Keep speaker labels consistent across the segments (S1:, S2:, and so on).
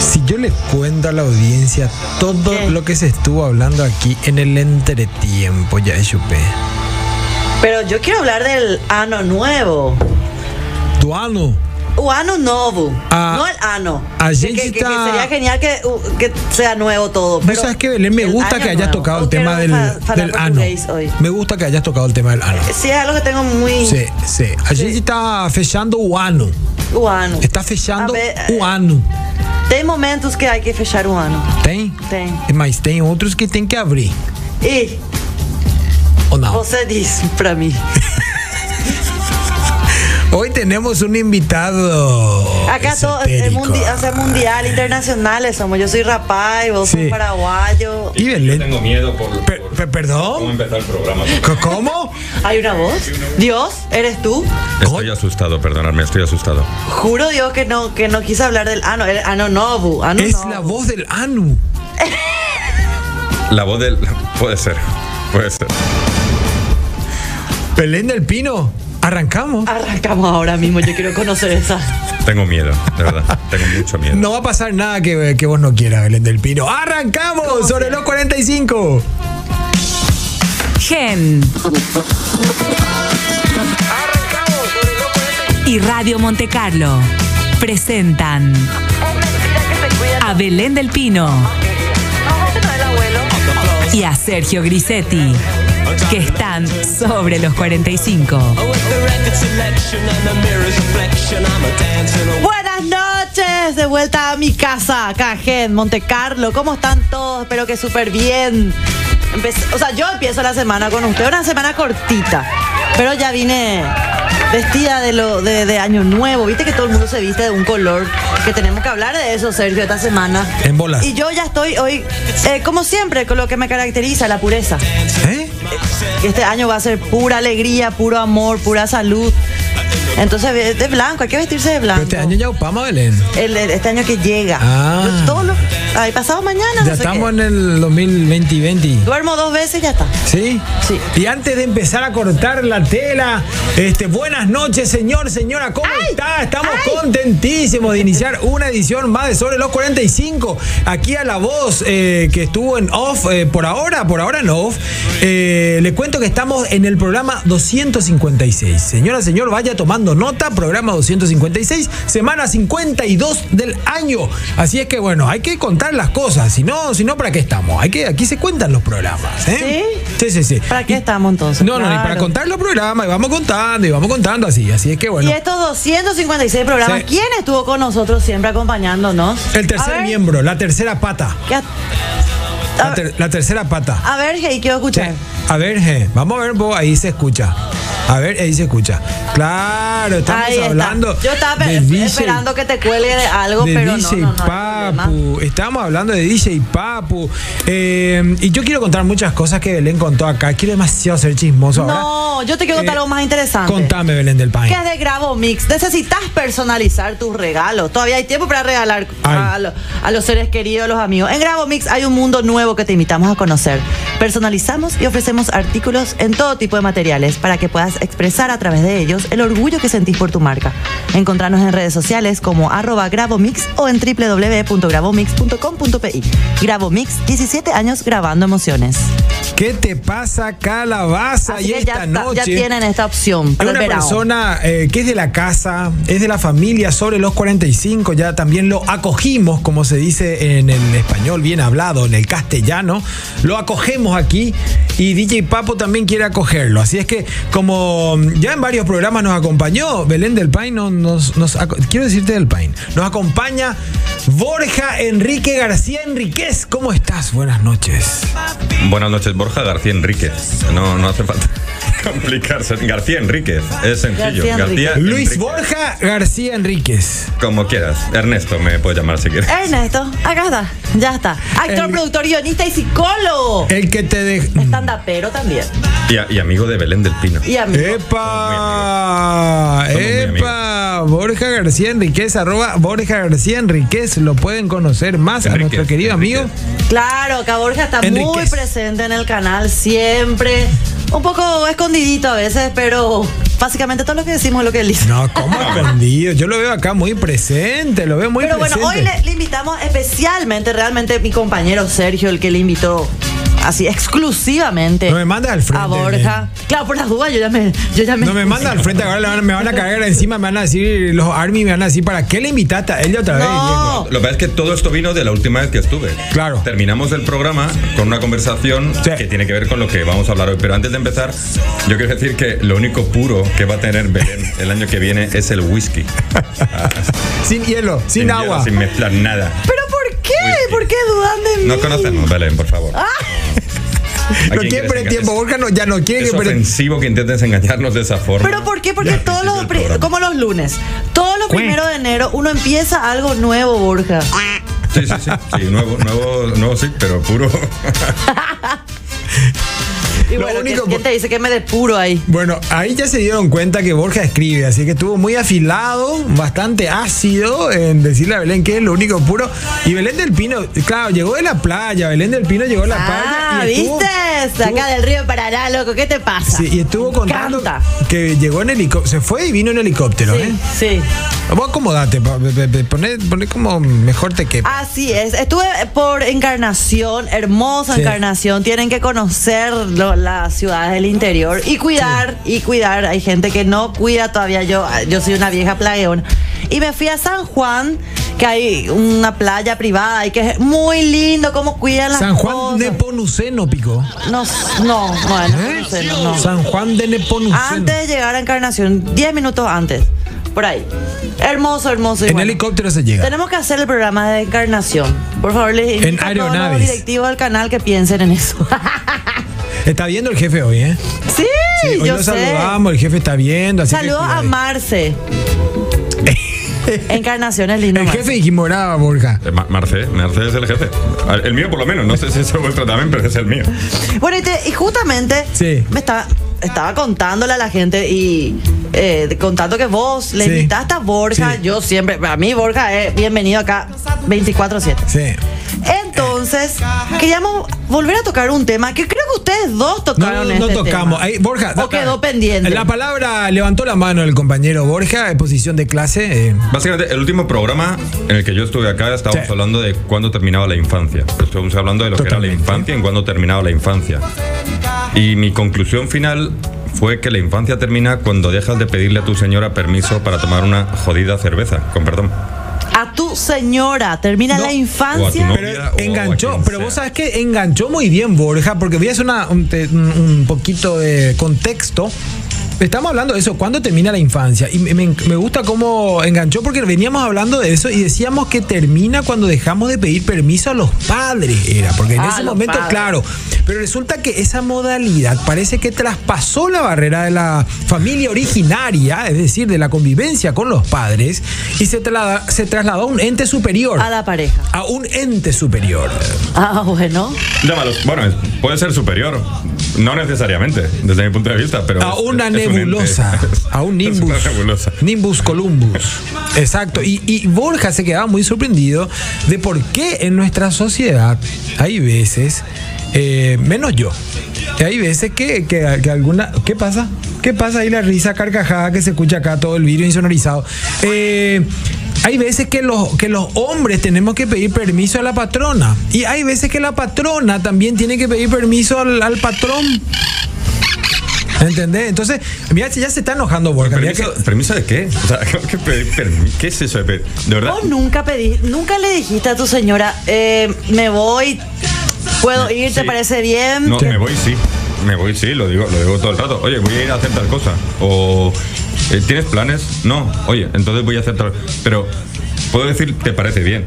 S1: Si yo les cuento a la audiencia todo
S2: ¿Qué?
S1: lo que se estuvo hablando aquí en el entretiempo, ya chupé.
S2: Pero yo quiero hablar del ano nuevo.
S1: Tuano,
S2: O ano novo.
S1: Ah,
S2: no el ano.
S1: a
S2: Que-
S1: gente
S2: que, que- que
S1: está-
S2: sería genial que, uh, que sea nuevo todo.
S1: vos sabes que Belén me
S2: el
S1: gusta
S2: año
S1: que hayas
S2: nuevo.
S1: tocado el
S2: Yo
S1: tema del,
S2: quiero fa-
S1: del
S2: falar
S1: ano.
S2: portugués hoy.
S1: Me gusta que hayas tocado el tema del ano.
S2: Sí, es algo que tengo muy.
S1: Sí, sí. A gente está fechando o ano.
S2: O ano.
S1: Está fechando
S2: A ver, eh,
S1: o ano.
S2: Tem momentos que hay que fechar o ano.
S1: Tem?
S2: Tem.
S1: Mas tem outros que tem que abrir.
S2: Y
S1: ¿O no?
S2: você dice para mí.
S1: Hoy tenemos un invitado.
S2: Acá todo es
S1: esotérico.
S2: mundi- o sea, mundial, internacionales somos. Yo soy rapaz, vos
S1: Sí.
S2: sos paraguayo.
S1: Y
S3: Yo
S1: Belén.
S3: tengo miedo por,
S1: Per- per-
S3: por cómo
S1: perdón.
S3: empezar el programa.
S1: C- ¿Cómo?
S2: ¿Hay una voz? Dios, ¿eres tú?
S3: Estoy asustado, perdonadme, estoy asustado.
S2: Juro Dios que no, que no quise hablar del ano. El ah, ano novu. Ano
S1: Es
S2: novu.
S1: la voz del Anu.
S3: La voz del... Puede ser, puede ser.
S1: Belén del Pino. Arrancamos.
S2: Arrancamos ahora mismo, yo quiero conocer esa.
S3: Tengo miedo, de verdad. tengo mucho miedo.
S1: No va a pasar nada que, que vos no quieras, Belén del Pino. ¡Arrancamos! Sobre los 45.
S4: Gen. Y Radio Montecarlo presentan a Belén del Pino y a Sergio Grisetti, que están sobre los 45.
S2: Buenas noches, de vuelta a mi casa, acá en Monte Carlo. ¿Cómo están todos? Espero que súper bien. Empe- o sea, yo empiezo la semana con usted, una semana cortita, pero ya vine vestida de, lo, de, de año nuevo. Viste que todo el mundo se viste de un color, que tenemos que hablar de eso, Sergio, esta semana.
S1: En bolas.
S2: Y yo ya estoy hoy, eh, como siempre, con lo que me caracteriza, la pureza.
S1: ¿Eh?
S2: Este año va a ser pura alegría, puro amor, pura salud. Entonces, ve- de blanco, hay que vestirse de
S1: Pero
S2: blanco.
S1: este año ya upamos, Belén.
S2: El- el- este año que llega.
S1: Ah.
S2: Todo lo- ay, pasado mañana. no
S1: Ya
S2: sé
S1: estamos en
S2: qué.
S1: el 2020.
S2: Duermo dos veces y ya está.
S1: ¿Sí?
S2: Sí.
S1: Y antes de empezar a cortar la tela, este, buenas noches, señor, señora, ¿cómo está? Estamos contentísimos de iniciar una edición más de Sobre los 45. Aquí a la voz eh, que estuvo en off, eh, por ahora, por ahora en off, eh, le cuento que estamos en el programa 256. Señora, señor, vaya tomando nota, programa 256, semana 52 del año. Así es que, bueno, hay que contar las cosas, si no, si no ¿para qué estamos? Hay que, aquí se cuentan los programas, ¿eh? Sí, sí, sí.
S2: ¿Para qué estamos entonces?
S1: No, no, y para
S2: Claro.
S1: contar los programas, y vamos contando, y vamos contando así, así es que bueno.
S2: Y estos 256 programas,
S1: Sí.
S2: ¿quién estuvo con nosotros siempre acompañándonos?
S1: El
S2: A
S1: tercer
S2: ver, Ah.
S1: miembro, la tercera pata.
S2: ¿qué ha- A,
S1: La, ter- la tercera pata.
S2: a ver, Hey, quiero
S1: Sí.
S2: escuchar.
S1: A ver, je, vamos a ver, vos, ahí se escucha. A ver, ahí se escucha. Claro, estamos
S2: Ahí está.
S1: hablando.
S2: Yo estaba
S1: de
S2: pe-
S1: DJ,
S2: esperando que te cuelgue de algo,
S1: de
S2: pero no,
S1: DJ
S2: no, no, no hay problema.
S1: Papu. Estamos hablando de DJ Papu. Eh, y yo quiero contar muchas cosas que Belén contó acá. Quiero demasiado ser chismoso ahora.
S2: No, yo te quiero contar
S1: Eh,
S2: algo más interesante.
S1: Contame, Belén del País.
S2: que es de Grabo Mix. Necesitas personalizar tus regalos. Todavía hay tiempo para regalar a,
S1: Ay.
S2: lo- a los seres queridos, a los amigos. En Grabo Mix hay un mundo nuevo que te invitamos a conocer. Personalizamos y ofrecemos artículos en todo tipo de materiales para que puedas expresar a través de ellos el orgullo que sentís por tu marca. Encontranos en redes sociales como arroba grabomix o en www.grabomix.com.pi. Grabomix, 17 años grabando emociones.
S1: ¿Qué te pasa, calabaza?
S2: Así
S1: y
S2: que
S1: esta
S2: ya, está-
S1: noche.
S2: ya tienen esta opción
S1: Hay
S2: para el
S1: una
S2: verano.
S1: persona eh, que es de la casa, es de la familia, sobre los 45, ya también lo acogimos, como se dice en el español bien hablado, en el castellano, lo acogemos aquí y DJ Papo también quiere acogerlo. Así es que como ya en varios programas nos acompañó, Belén del Pain, no- nos, nos aco- quiero decirte del Pain, nos acompaña Borja Enrique García Enríquez. ¿Cómo estás? Buenas noches.
S3: Buenas noches, Borja García Enríquez. No, no hace falta complicarse. García Enríquez, es sencillo.
S2: García
S3: García
S2: Enríquez.
S1: Luis
S3: Enríquez.
S1: Borja García Enríquez.
S3: Como quieras. Ernesto me puedes llamar si quieres.
S2: Ernesto, acá está, ya está. Actor,
S1: El- Eh.
S2: productor, guionista y psicólogo.
S1: El que te de...
S2: Estandapero también.
S3: Y, a- y amigo de Belén del Pino.
S2: Y amigo.
S1: Eh. ¡Epa!
S3: Somos muy amigos.
S1: ¡Epa! Borja García Enríquez, arroba Borja García Enríquez. Lo pueden conocer más a
S3: Enríquez,
S1: nuestro querido
S3: Enríquez.
S1: amigo.
S2: Claro, acá Borja está muy
S1: Enríquez.
S2: presente en el canal siempre. Un poco escondidito a veces, pero Básicamente todo lo que decimos es lo que él dice.
S1: No, ¿cómo
S3: Ah,
S1: escondido? Yo lo veo acá muy presente, lo veo muy
S2: Pero bueno,
S1: presente.
S2: hoy le, le invitamos especialmente, realmente mi compañero Sergio, el que le invitó así exclusivamente.
S1: No me manda al frente,
S2: A Borja. Claro, por las dudas yo ya me... Yo ya me
S1: No me manda al frente, ahora le van- me van a cargar encima, me van a decir, los Army me van a decir, ¿para qué le invitaste a ella otra vez?
S2: No.
S3: Lo que pasa es que todo esto vino de la última vez que estuve.
S1: Claro.
S3: Terminamos el programa con una conversación
S1: Sí.
S3: que tiene que ver con lo que vamos a hablar hoy. Pero antes de empezar, yo quiero decir que lo único puro que va a tener Belén el año que viene es el whisky. Ah,
S1: Sin hielo, sin,
S3: hielo,
S1: agua.
S3: sin mezclar nada.
S2: ¿Pero por qué?
S3: Whisky.
S2: ¿Por qué dudan de mí?
S3: No conocemos, Belén, por favor.
S1: no quiere perder tiempo, Borja no, ya no quiere
S3: Es
S1: que perder
S3: ofensivo que intentes engañarnos de esa forma.
S2: ¿Pero por qué? Porque
S3: Ya,
S2: todos
S3: principio
S2: los...
S3: del
S2: pri-
S3: programa.
S2: Como los lunes. Todos los
S1: Cuec.
S2: primeros de enero uno empieza algo nuevo, Borja.
S3: Sí, sí, sí. sí nuevo, nuevo, nuevo sí, pero puro.
S2: Y
S1: Lo
S2: bueno, ¿quién-
S1: único-
S2: ¿quién te dice que me despuro ahí?
S1: Bueno, ahí ya se dieron cuenta que Borja escribe, así que estuvo muy afilado, bastante ácido en decirle a Belén que es lo único puro. Y Belén del Pino, claro, llegó de la playa, Belén del Pino llegó de la
S2: Ah,
S1: playa. y estuvo-
S2: ¿viste?
S1: estuvo-
S2: Acá del río Parará, loco, ¿qué te pasa?
S1: Sí, y estuvo contando
S2: Canta.
S1: que llegó en helicóptero, se fue y vino en helicóptero, ¿eh?
S2: Sí, sí.
S1: Vos acomodate, pa- pe- pe- pe- poné, poné como mejor te quepa.
S2: Así es, estuve por Encarnación, hermosa
S1: Sí.
S2: Encarnación, tienen que conocer lo- las ciudades del interior y cuidar, y cuidar, hay gente que no cuida todavía, yo, yo soy una vieja plagueona. Y me fui a San Juan, que hay una playa privada y que es muy lindo cómo cuidan las
S1: San Juan de
S2: cosas.
S1: Neponuceno, pico.
S2: No, no, bueno,
S1: ¿Eh?
S2: no sé, no, no.
S1: San Juan de Neponuceno.
S2: Antes de llegar a Encarnación, 10 minutos antes, por ahí. Hermoso, hermoso. y
S1: en
S2: bueno.
S1: helicóptero se llega.
S2: Tenemos que hacer el programa de encarnación. Por favor, les invito a todos
S1: aeronaves.
S2: los directivos del canal que piensen en eso.
S1: Está viendo el jefe hoy, ¿eh?
S2: sí,
S1: Hoy
S2: yo
S1: nos
S2: sé.
S1: saludamos, el jefe está viendo. Así que
S2: Saludos a
S1: cuidado.
S2: Marce. encarnación es lindo.
S1: El
S2: Marce.
S1: jefe dijimos, brava, Borja.
S3: Eh, Ma- Marce, Marce es el jefe. Al- El mío, por lo menos. No sé si es el vuestro también, pero es el mío.
S2: Bueno, y, te- y justamente
S1: Sí.
S2: me estaba, estaba contándole a la gente y eh, contando que vos le
S1: Sí.
S2: invitaste a Borja.
S1: Sí.
S2: Yo siempre, a mí Borja es bienvenido acá 24-7.
S1: Sí.
S2: Entonces, queríamos volver a tocar un tema que creo que ustedes dos
S1: No,
S2: tocaron.
S1: no, no
S2: este
S1: tocamos.
S2: tema.
S1: Ahí, Borja. ah,
S2: O quedó pendiente.
S1: La palabra levantó la mano el compañero Borja, en posición de clase. eh,
S3: Básicamente, el último programa en el que yo estuve acá estábamos
S1: Sí.
S3: hablando de cuándo terminaba la infancia. Estuvimos hablando de lo que era
S1: Totalmente.
S3: la infancia y en cuándo terminaba la infancia. Y mi conclusión final fue que la infancia termina cuando dejas de pedirle a tu señora permiso para tomar una jodida cerveza, con perdón.
S2: A tu señora, termina
S1: No.
S2: la infancia.
S3: O a tu
S1: Pero
S3: o a
S1: enganchó,
S3: quien
S1: pero
S3: sea.
S1: vos sabes que enganchó muy bien Borja, porque voy a hacer una- un, te- un- un poquito de contexto. Estamos hablando de eso, ¿cuándo termina la infancia? Y me, me- me gusta cómo enganchó, porque veníamos hablando de eso y decíamos que termina cuando dejamos de pedir permiso a los padres, era, porque en
S2: Ah,
S1: ese
S2: los
S1: momento,
S2: padres.
S1: claro, pero resulta que esa modalidad parece que traspasó la barrera de la familia originaria, es decir, de la convivencia con los padres, y se, trasla- se trasladó a un ente superior
S2: A la pareja.
S1: a un ente superior.
S2: Ah, bueno.
S3: Llámalo. Bueno, es- puede ser superior. No necesariamente, desde mi punto de vista, pero.
S1: A
S3: es-
S1: una
S3: es- es un ente.
S1: nebulosa, a un
S3: Es una
S1: nimbus,
S3: nebulosa.
S1: nimbus columbus. Exacto, y, y Borja se quedaba muy sorprendido de por qué en nuestra sociedad hay veces, eh, menos yo, hay veces que, que, que alguna... ¿Qué pasa? ¿Qué pasa ahí la risa carcajada que se escucha acá todo el vídeo insonorizado? Eh, hay veces que los, que los hombres tenemos que pedir permiso a la patrona y hay veces que la patrona también tiene que pedir permiso al- al patrón. ¿Entendés? Entonces, mira, ya se está enojando Borja. Mira que,
S3: ¿Permiso, permiso de qué? O sea, ¿qué, pe- per- qué es eso de pe- ¿De verdad?
S2: Vos nunca pedí, nunca le dijiste a tu señora, eh, me voy, puedo ir, ¿te
S3: Sí.
S2: parece bien?
S3: No, me voy, sí. Me voy, sí, lo digo, lo digo todo el rato. Oye, voy a ir a hacer tal cosa. O. eh, ¿Tienes planes? No. Oye, entonces voy a hacer tal. Pero. Puedo decir, te parece bien.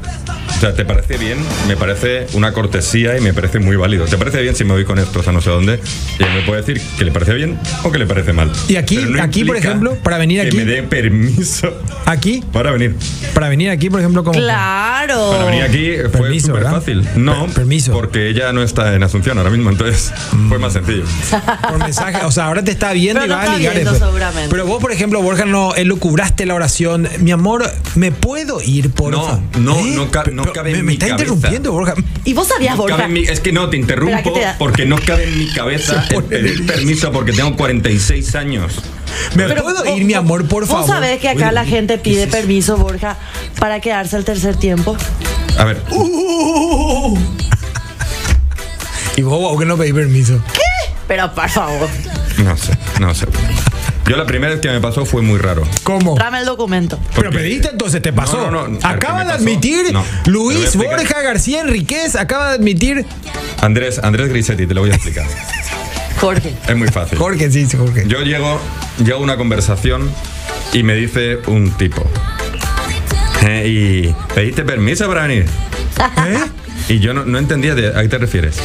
S3: O sea, te parece bien, me parece una cortesía y me parece muy válido. ¿Te parece bien si me voy con estos a no sé dónde? Y él me puede decir que le parece bien o que le parece mal.
S1: Y aquí-
S3: Pero
S1: aquí, por
S3: implica
S1: ejemplo, para venir aquí-
S3: Que me dé permiso
S1: aquí,
S3: para venir.
S1: para venir aquí, por ejemplo, como.
S2: Claro.
S3: Para venir aquí fue
S1: Permiso,
S3: súper
S1: ¿verdad?
S3: fácil. No,
S1: Per- permiso. Mm.
S3: Porque ella no está en Asunción ahora mismo, entonces fue más sencillo.
S1: Por mensaje. O sea, ahora te está viendo
S2: Pero
S1: y
S2: no
S1: va a
S2: está
S1: ligar
S2: viendo,
S1: después.
S2: seguramente.
S1: Pero vos, por ejemplo, Borja, no elucubraste la oración. Mi amor, ¿me puedo ir, por ¿Eh?
S3: No, no, no ca- no cabe
S1: me,
S3: en
S1: me
S3: mi
S1: está
S3: cabeza.
S1: interrumpiendo, Borja.
S2: Y vos sabías,
S3: Cabe
S2: Borja.
S3: en mi- es que no, te
S2: Espera,
S3: interrumpo
S2: ¿qué te da?
S3: eh, porque no cabe en mi cabeza el pedir permiso porque tengo 46 años.
S1: ¿Me
S2: Pero
S1: puedo
S2: vos-
S1: ir, mi amor, por favor?
S2: Vos sabés que acá
S1: Oye,
S2: la gente
S1: ¿qué
S2: pide
S1: es eso?
S2: permiso, Borja, para quedarse al tercer tiempo.
S3: A ver,
S1: Uh. Y vos, wow, que no pedí permiso.
S2: Pero por favor,
S3: no sé, no sé. Yo la primera vez que me pasó fue muy raro.
S1: ¿Cómo?
S2: tráeme el documento.
S1: Pero
S3: Porque-
S1: pediste entonces, te pasó.
S3: No, no, no.
S1: Acaba
S3: ¿Me
S1: de
S3: pasó?
S1: admitir
S3: No. Te voy a
S1: Luis
S3: explicar.
S1: Borja García Enríquez, acaba de admitir
S3: Andrés, Andrés Grisetti, te lo voy a explicar.
S2: Jorge.
S3: Es muy fácil.
S1: Jorge, sí, sí, Jorge.
S3: Yo llego, llego a una conversación y me dice un tipo. "Eh, ¿Y pediste permiso para venir?
S1: ¿Eh?
S3: Y yo no, no entendía de- a qué te refieres.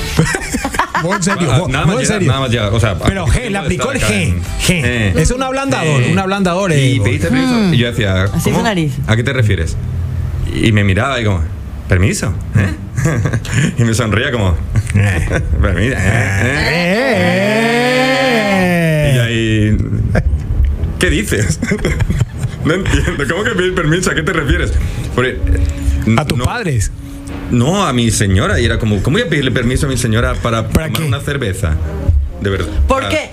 S1: Vos en serio,
S3: Ah,
S1: vos-
S3: nada
S1: vos
S3: más
S1: en
S3: llegar,
S1: serio.
S3: nada más llegar, o sea,
S1: Pero G, la aplicó el
S3: acá
S1: G.
S3: en-
S1: G.
S3: Eh.
S1: Es un ablandador,
S3: Eh,
S1: un ablandador. eh,
S3: Y
S1: Jorge.
S3: pediste permiso. Y yo decía, ¿cómo?
S2: Mm. es nariz.
S3: ¿A qué te refieres? Y me miraba y como, ¿permiso? ¿Eh? y me sonreía como, ¿permiso? ¿Eh? ¿Eh? Y
S1: Eh.
S3: ahí, ¿qué dices? no entiendo. ¿Cómo que pedir permiso? ¿A qué te refieres? Porque, eh,
S1: A tus
S3: no-
S1: padres.
S3: No, a mi señora. Y era como, ¿cómo voy a pedirle permiso a mi señora para,
S1: ¿Para
S3: tomar
S1: qué?
S3: una cerveza? De verdad. Ah.
S2: ¿Por qué?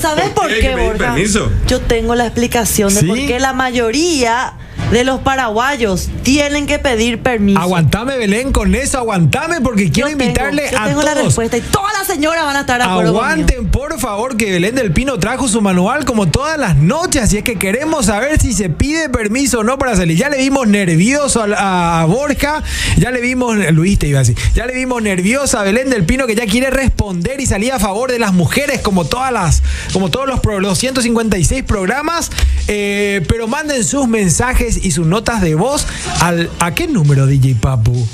S2: ¿Sabes
S3: ¿por
S2: por
S3: qué hay
S2: qué,
S3: que pedir
S2: Borja?
S3: permiso?
S2: Yo tengo la explicación de
S1: ¿Sí?
S2: por qué la mayoría de los paraguayos tienen que pedir permiso.
S1: Aguantame, Belén, con eso, aguantame, porque
S2: Yo
S1: quiero
S2: tengo-
S1: invitarle
S2: yo
S1: a
S2: tengo la
S1: todos.
S2: respuesta y todas las señoras van a estar de acuerdo conmigo.
S1: Aguanten, por favor, que Belén del Pino trajo su manual como todas las noches. Así es que queremos saber si se pide permiso o no para salir. Ya le vimos nervioso al- a, a Borja, ya le vimos, Luis te iba a decir, ya le vimos nerviosa a Belén del Pino que ya quiere responder y salir a favor de las mujeres como todas las, como todos los, pro- los 156 programas. Eh, pero manden sus mensajes y sus notas de voz al, ¿a qué número, DJ Papu?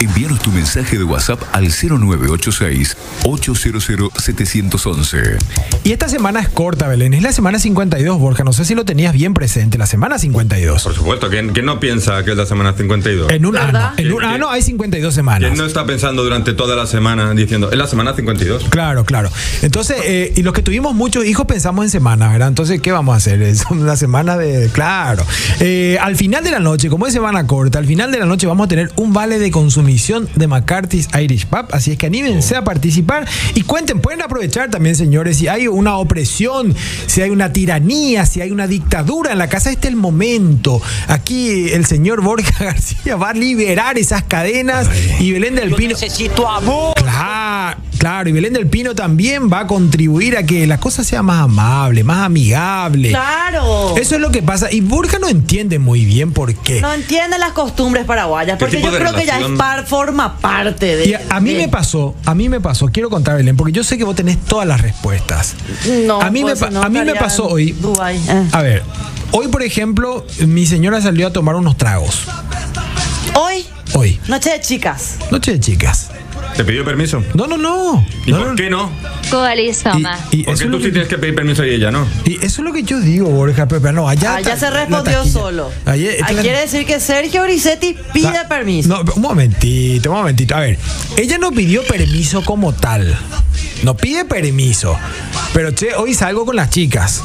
S5: Envíanos tu mensaje de WhatsApp al 0986 800 711.
S1: Y esta semana es corta, Belén. Es la semana 52, Borja. No sé si lo tenías bien presente. La semana 52.
S3: Por supuesto, ¿quién, quién no piensa que es la semana 52?
S1: En un
S2: ¿Verdad?
S1: año. En un
S3: ¿Quién-
S1: año
S3: quién-
S1: hay 52 semanas.
S3: ¿Quién no está pensando durante toda la semana diciendo, es la semana 52?
S1: Claro, claro. Entonces, eh, y los que tuvimos muchos hijos pensamos en semanas, ¿verdad? Entonces, ¿qué vamos a hacer? Es una semana de. Claro. Eh, al final de la noche, como es semana corta, al final de la noche vamos a tener un vale de consumición de McCarthy's Irish Pub. Así es que anímense a participar y cuenten. Pueden aprovechar también, señores, si hay una opresión, si hay una tiranía, si hay una dictadura en la casa, este es el momento. Aquí el señor Borja García va a liberar esas cadenas y Belén del Pino. Claro, claro, y Belén del Pino también va a contribuir a que la cosa sea más amable, más amigable.
S2: Claro.
S1: Eso es lo que pasa. Y Burka no entiende muy bien por qué.
S2: No entiende las costumbres paraguayas, porque
S3: tipo
S2: yo
S3: de
S2: creo que ya es
S3: relación?
S2: par, forma parte de.
S1: Y a, a mí
S2: de-
S1: me pasó, a mí me pasó, quiero contar Belén, porque yo sé que vos tenés todas las respuestas.
S2: No,
S1: a mí,
S2: pues,
S1: me, pa-
S2: si no
S1: a mí me
S2: estaría
S1: pasó
S2: en
S1: hoy.
S2: Dubái. Eh.
S1: A ver, hoy por ejemplo, mi señora salió a tomar unos tragos.
S2: Hoy,
S1: Hoy.
S2: noche de chicas.
S1: Noche de chicas.
S3: ¿Te pidió permiso?
S1: No, no, no.
S3: ¿Y
S1: No,
S3: por
S1: no,
S3: qué no?
S6: ¿Cuál es,
S1: y-
S6: Toma?
S1: y
S3: Porque
S1: eso es
S3: tú
S1: lo
S3: sí
S1: que-
S3: tienes que pedir permiso y ella no.
S1: Y eso es lo que yo digo, Borja, pero pero no, allá.
S2: Ah, ya
S1: ta-
S2: se
S1: la
S2: respondió
S1: taquilla.
S2: solo.
S1: Ayer-
S2: Ah,
S1: esta-
S2: Quiere decir que Sergio Grisetti pide
S1: la-
S2: permiso.
S1: No, un momentito, un momentito. A ver, ella no pidió permiso como tal. No pide permiso. Pero che, hoy salgo con las chicas.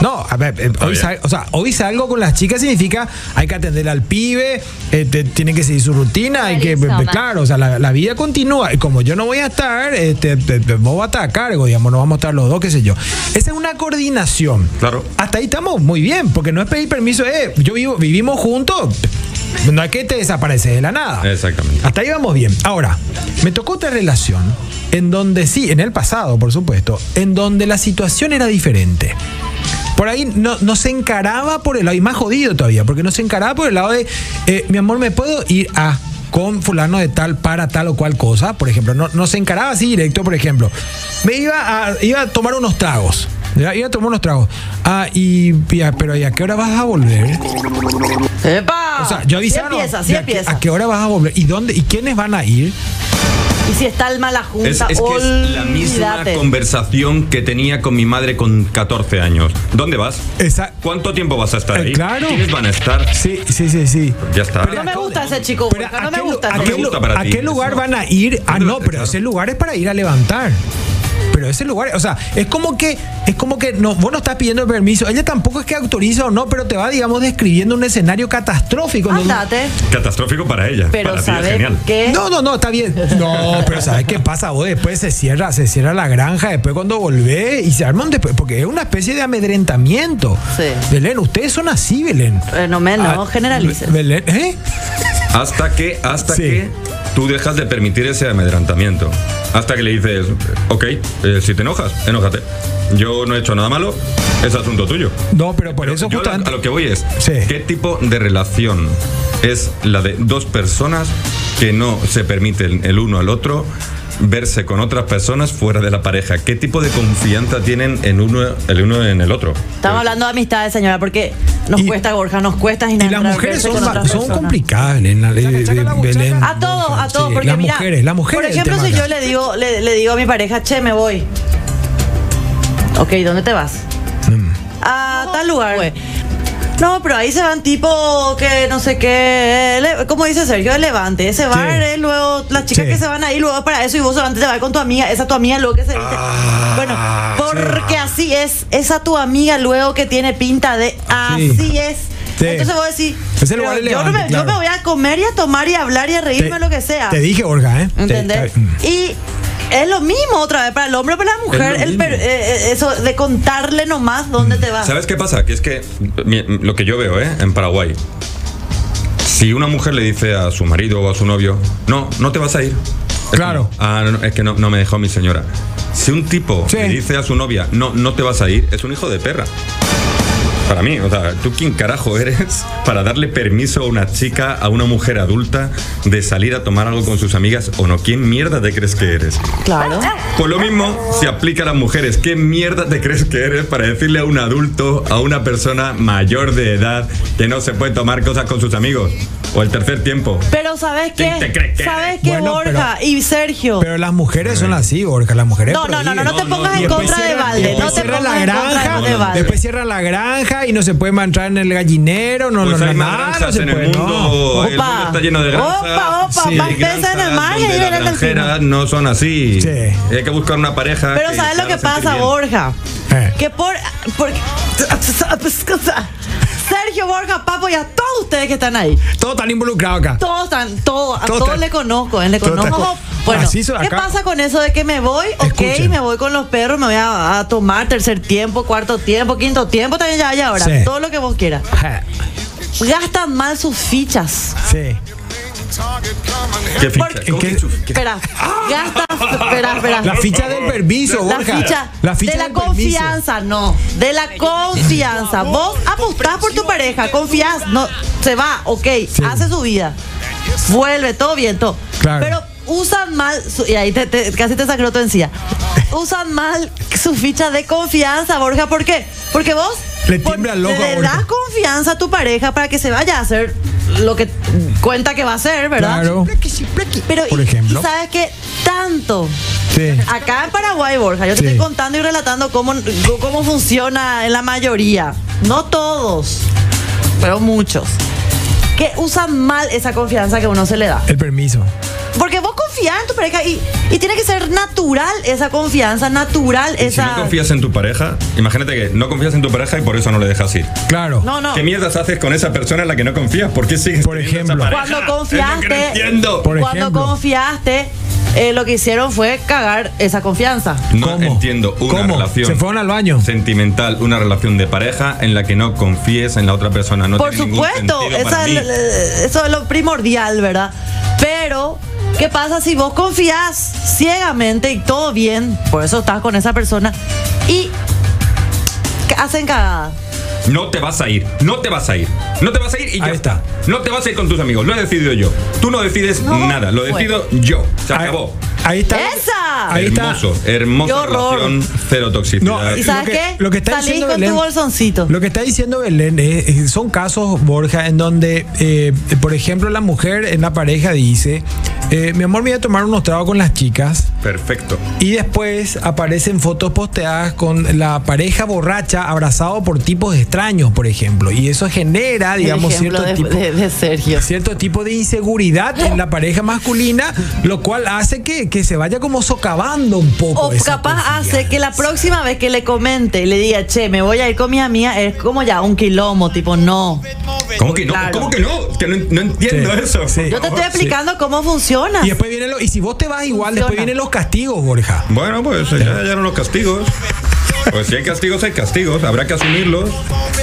S1: No, a ver, eh, hoy,
S3: bien.
S1: sal- o sea, hoy salgo con las chicas significa hay que atender al pibe, eh, te- tienen que seguir su rutina, hay que, pues,
S6: Clarísimo.
S1: claro, o sea, la, la vida continúa. Y como yo no voy a estar, este, te- te- vos vas a estar a cargo, digamos, no vamos a estar los dos, qué sé yo. Esa es una coordinación.
S3: Claro.
S1: Hasta ahí estamos muy bien, porque no es pedir permiso, eh, yo vivo, vivimos juntos, no es que te desapareces de la nada.
S3: Exactamente.
S1: Ah, Hasta ahí vamos bien. Ahora, me tocó otra relación en donde sí, en el pasado, por supuesto, en donde la situación era diferente. Por ahí no, no se encaraba por el lado, y más jodido todavía, porque no se encaraba por el lado de, eh, mi amor, ¿me puedo ir a con fulano de tal para tal o cual cosa? Por ejemplo, no, no se encaraba así directo, por ejemplo. Me iba a, iba a tomar unos tragos. ¿ya? Iba a tomar unos tragos. Ah, y, y a- pero ¿y a qué hora vas a volver?
S2: ¡Epa!
S1: O sea, yo avisaba.
S2: Sí empieza, sí
S1: ¿de a qué-
S2: empieza.
S1: ¿A qué hora vas a volver? ¿Y dónde? ¿Y quiénes van a ir?
S2: Y si está el mala junta,
S3: Es, es que es la misma
S2: olvídate.
S3: conversación que tenía con mi madre con 14 años. ¿Dónde vas?
S1: Esa-
S3: ¿Cuánto tiempo vas a estar
S1: Eh,
S3: ahí?
S1: claro.
S3: ¿Quiénes van a estar?
S1: Sí, sí, sí, sí.
S3: Ya está.
S2: No me
S1: acabo
S2: gusta ese chico,
S1: Pero,
S2: Borja,
S1: ¿a
S2: no me
S1: qué lu-
S2: gusta
S1: ¿A
S2: ese
S1: qué,
S3: No me
S1: lu-
S3: gusta para
S1: a
S3: ti,
S1: qué
S3: eso
S1: lugar
S3: no.
S1: van a ir? Ah,
S3: ¿Dónde
S1: no,
S3: vas?
S1: pero ese lugar es para ir a levantar. Pero ese lugar, o sea, es como que, es como que no, vos no estás pidiendo permiso. Ella tampoco es que autoriza o no, pero te va, digamos, describiendo un escenario catastrófico. en donde-
S2: Andate.
S3: Catastrófico para ella.
S2: Pero eh,
S3: para ti es
S2: ¿sabes
S3: genial.
S2: qué?
S1: No, no, no, está bien. No, pero ¿sabes qué pasa? Vos después se cierra, se cierra la granja, después cuando volvés y se arman después, porque es una especie de amedrentamiento.
S2: Sí.
S1: Belén, ustedes son así, Belén.
S2: Eh, no me, no,
S1: Ah,
S2: generalices.
S1: Be- Belén, ¿eh?
S3: Hasta que, hasta
S1: Sí.
S3: que tú dejas de permitir ese amedrantamiento. Hasta que le dices, ok, eh, si te enojas, enójate. Yo no he hecho nada malo, es asunto tuyo.
S1: No, pero por eso
S3: Yo la-
S1: justamente.
S3: a lo que voy es,
S1: Sí.
S3: ¿qué tipo de relación es la de dos personas que no se permiten el uno al otro verse con otras personas fuera de la pareja? ¿Qué tipo de confianza tienen en uno, el uno en el otro?
S2: Estamos hablando de amistades, señora, porque nos
S1: Y-
S2: cuesta, Borja, nos cuesta.
S1: Y las mujeres son, ma- son complicadas, Belén. la- eh, Belén.
S2: A todos, a todos,
S1: Sí,
S2: porque
S1: las
S2: mira,
S1: mujeres, las mujeres.
S2: por
S1: el
S2: ejemplo,
S1: tema
S2: si
S1: acá.
S2: yo le digo, le, le digo a mi pareja, che, me voy. Ok, ¿dónde te vas?
S1: Mm.
S2: A tal lugar. No, pero ahí se van tipo que no sé qué, le- como dice Sergio, el levante, ese bar, eh, luego las chicas
S1: Sí.
S2: que se van ahí, luego para eso y vos solamente te vas con tu amiga, esa tu amiga luego que se... viste.
S1: Ah,
S2: bueno, porque así es, esa tu amiga luego que tiene pinta de... Así es.
S1: Sí.
S2: Entonces vos decís,
S1: Es el
S2: pero
S1: lugar del
S2: yo, no me,
S1: levante,
S2: yo me
S1: claro.
S2: voy a comer y a tomar y a hablar y a reírme
S1: Te-
S2: lo que sea.
S1: Te dije, Olga, ¿eh? Te-
S2: ¿Entendés?
S1: te- mm.
S2: Y es lo mismo otra vez para el hombre o para la mujer,
S3: lo
S2: el
S3: mismo.
S2: per- eh, eh, eso de contarle nomás dónde te vas.
S3: ¿Sabes qué pasa? Que es que mi- lo que yo veo, ¿eh? En Paraguay. Si una mujer le dice a su marido o a su novio, no, no te vas a ir. Es
S1: Claro.
S3: como, ah, no, no, es que no, no me dejó mi señora. Si un tipo
S1: Sí.
S3: le dice a su novia, no, no te vas a ir, es un hijo de perra. Para mí, o sea, ¿tú quién carajo eres para darle permiso a una chica, a una mujer adulta, de salir a tomar algo con sus amigas o no? ¿Quién mierda te crees que eres?
S2: Claro.
S3: Pues lo mismo se aplica a las mujeres. ¿Qué mierda te crees que eres para decirle a un adulto, a una persona mayor de edad, que no se puede tomar cosas con sus amigos? O el tercer tiempo.
S2: Pero ¿sabes qué?
S3: ¿Quién te cree que
S2: ¿Sabes
S3: eres?
S2: qué,
S1: Bueno,
S2: Borja y Sergio?
S1: Pero las mujeres son así, Borja. Las mujeres.
S2: No, no, no, no, no te
S3: no,
S2: pongas
S1: Y
S2: en
S1: después
S2: contra de
S1: cierran- y
S2: balde.
S1: después
S2: No te
S1: cierran
S2: pongas
S1: la
S2: en contra
S1: granja,
S2: de balde.
S1: después cierran la granja y no se puede entrar en el gallinero, no,
S3: Pues
S1: no,
S3: hay
S1: no,
S3: más
S1: nada,
S3: granjas
S1: no se
S3: en
S1: puede,
S3: el mundo.
S1: no.
S3: El mundo está lleno de granjas.
S2: Opa, opa,
S1: Sí.
S2: más
S3: Hay
S2: pesa en el
S3: granjas
S2: mar y
S3: donde
S2: ahí
S3: las
S2: viene el delfín.
S3: granjeras no son así.
S1: Sí.
S3: Hay que buscar una pareja.
S1: Ah,
S2: Pero
S3: que
S2: ¿sabes
S3: te
S2: lo que
S3: haga sentir
S2: pasa,
S3: bien.
S2: Borja?
S1: Eh.
S2: Que por, por- Sergio Borja, Papo y a todos ustedes que están ahí.
S1: Todos están involucrados acá.
S2: Todos están, todos, a
S1: Todos
S2: todos
S1: están-
S2: le conozco, eh, le
S1: todos están-
S2: conozco. Bueno,
S1: Así son
S2: ¿qué
S1: acá.
S2: pasa con eso de que me voy? Ok,
S1: Escuchen.
S2: me voy con los perros, me voy a, a tomar tercer tiempo, cuarto tiempo, quinto tiempo, también ya hay ahora.
S1: Sí.
S2: Todo lo que vos quieras.
S1: Ja,
S2: Gastan mal sus fichas.
S1: Sí.
S3: ¿Qué ficha?
S2: Porque-
S3: ¿Cómo
S1: ¿Qué-
S3: que chu- qué-
S2: Espera, gastan, espera, espera.
S1: La ficha del permiso,
S2: La
S1: Borja.
S2: ficha,
S1: La ficha
S2: de la
S1: del permiso.
S2: confianza, no. De la confianza. Vos apostás por tu pareja, confías, no, se va, ok, hace su vida. Vuelve, todo bien, todo.
S1: Claro.
S2: Pero usan mal, su- y ahí te- te- casi te sacó tu encía. Usan mal su ficha de confianza, Borja, ¿por qué? Porque vos
S1: Le
S2: por-
S1: tiembla el ojo a
S2: le
S1: Borja.
S2: das confianza a tu pareja para que se vaya a hacer lo que cuenta que va a hacer, ¿verdad?
S1: Claro.
S2: Pero y-
S1: Por
S2: y
S1: ejemplo.
S2: sabes que tanto
S1: Sí.
S2: Acá en Paraguay, Borja, yo te
S1: Sí.
S2: estoy contando y relatando cómo, cómo funciona en la mayoría. No todos, pero muchos. Que usan mal esa confianza que uno se le da.
S1: El permiso.
S2: Porque vos confías en tu pareja y, y tiene que ser natural esa confianza, natural
S3: Si
S2: esa.
S3: no confías en tu pareja, imagínate que no confías en tu pareja y por eso no le dejas ir.
S1: Claro.
S2: no, no.
S3: ¿Qué mierdas haces con esa persona en la que no confías? ¿Por qué sigues
S1: Por
S3: teniendo
S1: ejemplo.
S3: esa pareja?
S2: Cuando
S3: Es lo que no
S2: confiaste,
S3: entiendo.
S1: Por
S2: cuando
S1: ejemplo.
S2: confiaste, eh, lo que hicieron fue cagar esa confianza.
S3: No
S1: ¿Cómo?
S3: entiendo una
S1: ¿Cómo?
S3: relación
S1: Se fueron al baño.
S3: sentimental, una relación de pareja en la que no confíes en la otra persona. No
S2: Por
S3: tiene ningún
S2: supuesto,
S3: sentido
S2: esa
S3: para
S2: es
S3: mí.
S2: la- la- eso es lo primordial, ¿verdad? Pero, ¿qué pasa si vos confías ciegamente y todo bien? Por eso estás con esa persona y que hacen cagada.
S3: No te vas a ir, no te vas a ir, no te vas a ir y ya
S1: Ahí está.
S3: No te vas a ir con tus amigos, lo he decidido yo. Tú no decides
S2: No,
S3: nada, lo
S2: bueno.
S3: decido yo. Se
S1: Ahí-
S3: acabó.
S1: Ahí está.
S2: ¡Esa!
S1: Ahí está.
S3: hermoso,
S2: Qué
S3: hermosa
S2: horror.
S3: relación, cero toxicidad.
S1: No,
S2: ¿Y
S1: Lo
S2: sabes
S1: que-
S2: qué?
S1: lo que está
S2: Salís
S1: diciendo
S2: con
S1: Belén-
S2: tu bolsoncito.
S1: Lo que está diciendo Belén es- es- son casos, Borja, en donde, eh, por ejemplo, la mujer en la pareja dice, eh, mi amor, me voy a tomar unos tragos con las chicas.
S3: Perfecto.
S1: Y después aparecen fotos posteadas con la pareja borracha abrazado por tipos extraños, por ejemplo. Y eso genera, digamos,
S2: El ejemplo
S1: cierto,
S2: de,
S1: tipo,
S2: de- de Sergio.
S1: cierto tipo de inseguridad en la pareja masculina, lo cual hace que, que se vaya como socavando un poco.
S2: O
S1: esa
S2: capaz hace
S1: confianza.
S2: que la próxima vez que le comente y le diga, che, me voy a ir con mi amiga, es como ya un quilombo, tipo, no.
S3: ¿Cómo que no?
S2: Claro.
S3: ¿Cómo que no? Que no, no entiendo
S1: Sí,
S3: eso.
S1: sí.
S2: Yo te estoy
S1: Sí.
S2: explicando cómo funciona.
S1: Y después vienen los. Y si vos te vas igual, después
S2: Funciona.
S1: vienen los castigos, Borja.
S3: Bueno, pues ya, ya los castigos. Pues si hay castigos, hay castigos. Habrá que asumirlos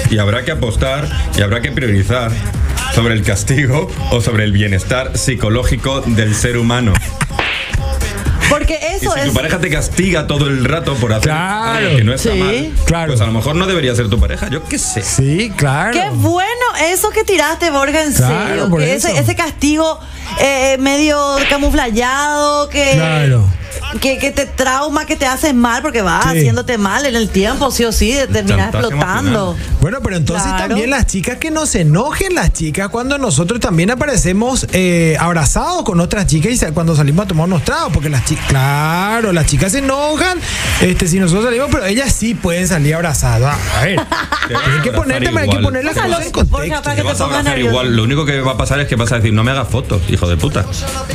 S3: y habrá que apostar y habrá que priorizar sobre el castigo o sobre el bienestar psicológico del ser humano.
S2: Porque
S3: Y
S2: eso
S3: si
S2: es.
S3: tu pareja te castiga todo el rato por hacer
S1: Claro.
S3: algo que no está
S2: Sí.
S3: mal,
S1: Claro.
S3: pues a lo mejor no debería ser tu pareja. Yo qué sé.
S1: Sí, claro.
S2: Qué bueno eso que tiraste, Borja, en
S1: Claro,
S2: serio.
S1: por
S2: que ese,
S1: eso.
S2: ese castigo eh, medio camuflallado, que,
S1: Claro.
S2: que, que te trauma, que te hace mal, porque va
S1: Sí.
S2: haciéndote mal en el tiempo, sí o sí, te terminas
S3: chantaje
S2: explotando.
S3: emocional.
S1: Bueno, pero entonces
S2: Claro.
S1: también las chicas que nos enojen las chicas cuando nosotros también aparecemos eh, abrazados con otras chicas y sa- cuando salimos a tomar unos tragos, porque las chicas, claro, las chicas se enojan, este, si nosotros salimos, pero ellas sí pueden salir abrazadas. A ver, hay que
S3: abrazar
S1: ponerte, hay que
S3: igual.
S1: poner las
S3: Te
S1: cosas
S2: vas-
S1: en
S2: Borja,
S1: contexto.
S2: para
S3: Te
S2: que te
S3: vas a
S2: pongas
S3: abrazar
S2: nervioso.
S3: igual. Lo único que va a pasar es que vas a decir, no me hagas fotos, hijo de puta.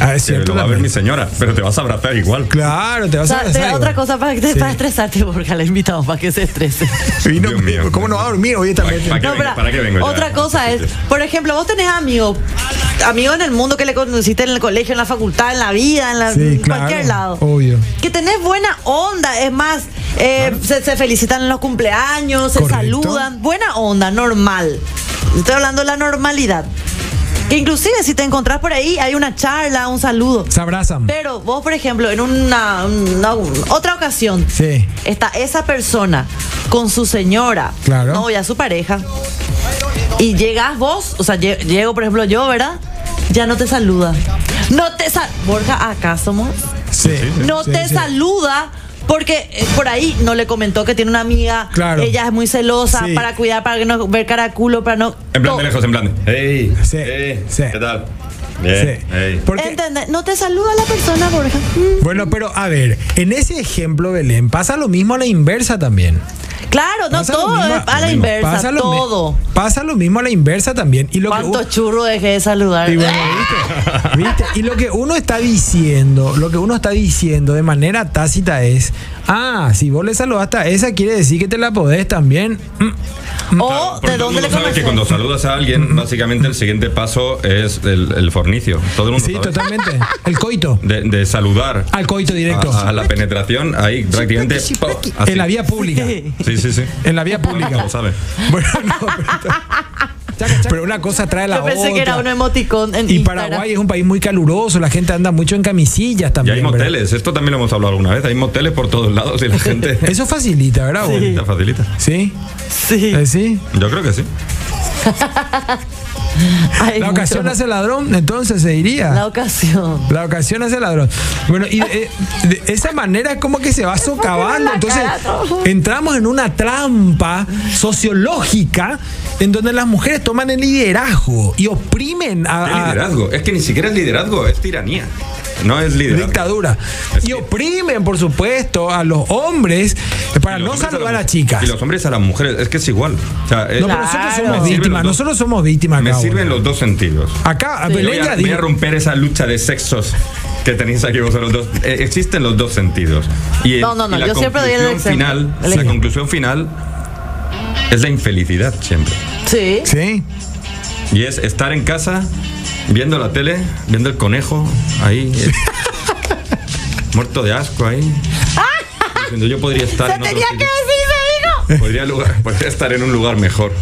S1: Ah, es
S3: Que
S1: cierto
S3: lo va a ver
S1: también.
S3: mi señora, pero te vas a abrazar igual.
S1: Claro, te
S2: O
S1: vas a
S2: sea, te-
S1: abrazar. igual.
S2: otra cosa para, que te-
S1: Sí.
S2: para estresarte, Borja, le invitamos para que se estrese.
S1: Sí, no,
S3: Dios mío.
S1: ¿Cómo no va a dormir hoy esta
S3: Pa-
S1: noche?
S3: pa- qué
S2: No,
S3: vengo?
S2: pero
S3: ¿Para qué vengo ya?
S2: Otra cosa es, por ejemplo, vos tenés amigos, amigos en el mundo que le conociste en el colegio, en la facultad, en la vida, en, la-
S1: Sí,
S2: en cualquier
S1: claro,
S2: lado.
S1: obvio.
S2: Que tenés buena onda, es más, eh, se, se felicitan en los cumpleaños, se
S1: Correcto.
S2: saludan, buena onda, normal. Estoy hablando de la normalidad. Que inclusive si te encontrás por ahí, hay una charla, un saludo.
S1: Se abrazan.
S2: Pero vos, por ejemplo, en una, una- otra ocasión,
S1: Sí.
S2: está esa persona con su señora,
S1: Claro.
S2: novia, su pareja, y llegas vos, o sea, lle- llego, por ejemplo, yo, ¿verdad? Ya no te saluda. No te saluda. Borja, acá somos.
S1: Sí,
S2: No
S1: sí,
S2: te
S1: sí.
S2: saluda. Porque eh, por ahí no le comentó que tiene una amiga,
S1: Claro.
S2: ella es muy celosa
S1: Sí.
S2: para cuidar, para que no ver cara a culo, para no.
S3: En plan
S2: to-
S3: de lejos, en plan de. ¡Ey!
S1: Sí,
S3: ey,
S1: sí.
S3: ¿Qué tal? Bien,
S1: Sí.
S3: ey.
S1: Porque-
S2: ¿Entendés? No te saluda la persona, Borja. Mm.
S1: Bueno, pero a ver, en ese ejemplo, Belén, pasa lo mismo a la inversa también.
S2: Claro, no
S1: Pasa lo
S2: todo
S1: mismo-
S2: es a
S1: lo
S2: la
S1: mismo.
S2: inversa,
S1: Pasa lo mi-
S2: todo.
S1: Pasa lo mismo a la inversa también. Y lo que
S2: ¿Cuántos
S1: u-
S2: churros dejé de saludar?
S1: y bueno, ¿viste? ¿Viste? Y lo que uno está diciendo, lo que uno está diciendo de manera tácita es, ah, si vos le saludaste a esa, quiere decir que te la podés también. Mm, mm.
S2: o
S3: Porque
S2: de
S3: todo el
S2: dónde le
S3: mundo sabe
S2: conoces.
S3: que cuando saludas a alguien, básicamente el siguiente paso es el, el fornicio. Todo el mundo
S1: Sí,
S3: sabe.
S1: totalmente. El coito.
S3: De, de saludar
S1: Ah, Al coito directo.
S3: a, a la penetración, ahí prácticamente. ¡pau! Así.
S1: En la vía pública.
S3: Sí, sí, sí.
S1: En la vía pública.
S3: Lo sabe.
S1: Bueno, no, pero, pero una cosa trae la
S2: Yo pensé que era un
S1: otra.
S2: emoticón en
S1: Y
S2: Instagram.
S1: Paraguay es un país muy caluroso, la gente anda mucho en camisillas
S3: Y
S1: también.
S3: hay
S1: ¿verdad?
S3: moteles, esto también lo hemos hablado alguna vez. Hay moteles por todos lados y la gente.
S1: Eso facilita, ¿verdad? vos?
S3: Facilita, facilita.
S1: Sí.
S2: Sí.
S1: Eh, sí.
S3: Yo creo que sí.
S2: Hay
S1: La
S2: mucho.
S1: ocasión hace ladrón, entonces se
S2: La
S1: diría.
S2: ocasión.
S1: La ocasión hace ladrón. Bueno, y de, de esa manera es como que se va socavando. Entonces, entramos en una trampa sociológica en donde las mujeres toman el liderazgo y oprimen
S3: ¿Qué
S1: a- a,
S3: liderazgo? Es que ni siquiera es liderazgo, es tiranía. No es liderazgo.
S1: dictadura.
S3: Así
S1: Y
S3: es.
S1: oprimen, por supuesto, a los hombres para
S3: Y los
S1: no
S3: hombres
S1: saludar a,
S3: las-
S1: chicas.
S3: Y los hombres a las mujeres, es que es igual. O sea, es-
S1: No,
S3: Ah,
S1: pero nosotros
S2: Claro.
S1: somos
S3: Me sirven los
S1: víctimas,
S3: dos.
S1: nosotros somos víctimas
S3: me
S1: acá.
S3: sirven
S1: boludo.
S3: los dos sentidos.
S1: Acá,
S2: Sí.
S1: Belén
S3: Voy a,
S1: ya
S3: voy a
S1: dijo.
S3: romper esa lucha de sexos que tenéis aquí vosotros dos. Eh, existen los dos sentidos. Y el-
S2: No, no, no,
S3: y la
S2: yo siempre doy el
S3: conclusión
S2: ejemplo.
S3: final,
S2: El
S3: La
S2: ejemplo.
S3: conclusión final es la infelicidad siempre.
S2: Sí.
S1: Sí.
S3: Y es estar en casa, viendo la tele, viendo el conejo ahí. eh, muerto de asco ahí. Diciendo, yo podría estar
S2: Se
S3: en otro
S2: tenía que
S3: sitio".
S2: decir, se dijo.
S3: Podría, lugar- podría estar en un lugar mejor.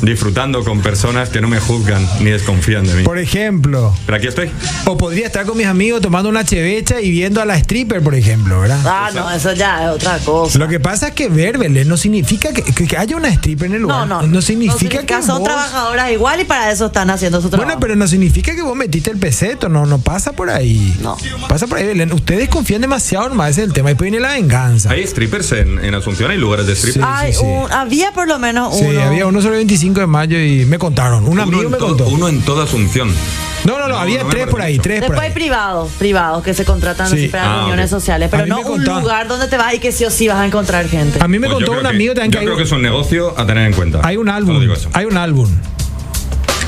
S3: Disfrutando con personas que no me juzgan ni desconfían de mí.
S1: Por ejemplo,
S3: Pero aquí estoy.
S1: o podría estar con mis amigos tomando una chevecha y viendo a la stripper, por ejemplo, ¿verdad?
S2: Ah, no, eso ya es otra cosa.
S1: Lo que pasa es que ver, Belén, no significa que, que- que haya una stripper en el
S2: No,
S1: lugar.
S2: no.
S1: significa, que
S2: son
S1: vos-
S2: trabajadoras igual y para eso están haciendo su trabajo.
S1: Bueno, pero no significa que vos metiste el peseto, no, no pasa por ahí.
S2: No.
S1: Pasa por ahí, Belén. Ustedes confían demasiado nomás, ese es el tema. Y después viene la venganza.
S3: Hay strippers en, en Asunción, hay lugares de strippers.
S1: Sí,
S2: Hay
S1: sí, sí.
S2: un- había por lo menos
S1: Sí,
S2: uno.
S1: había uno sobre el 25 de mayo y me contaron. Un
S3: Uno,
S1: amigo
S3: en
S1: me
S3: todo-
S1: contó.
S3: uno en toda Asunción. Pues
S1: No, no, no,
S3: No,
S1: había
S3: no me
S1: tres por
S3: acuerdo
S1: ahí,
S3: mucho.
S1: tres por
S2: Después hay
S1: ahí.
S2: privados, privados que se contratan
S1: Sí.
S2: así para
S3: Ah,
S2: reuniones
S3: ok.
S2: sociales, pero
S1: A mí
S2: no
S1: me
S2: un
S1: contaba-
S2: lugar donde te vas y que sí o sí vas a encontrar gente.
S1: A mí me
S3: Pues yo
S1: contó
S3: creo
S1: un
S3: que-
S1: amigo también que
S3: Yo
S1: hay,
S3: creo que es
S1: un-
S3: un negocio a tener en cuenta.
S1: hay un
S3: Solo
S1: álbum.
S3: digo eso.
S1: Hay un álbum.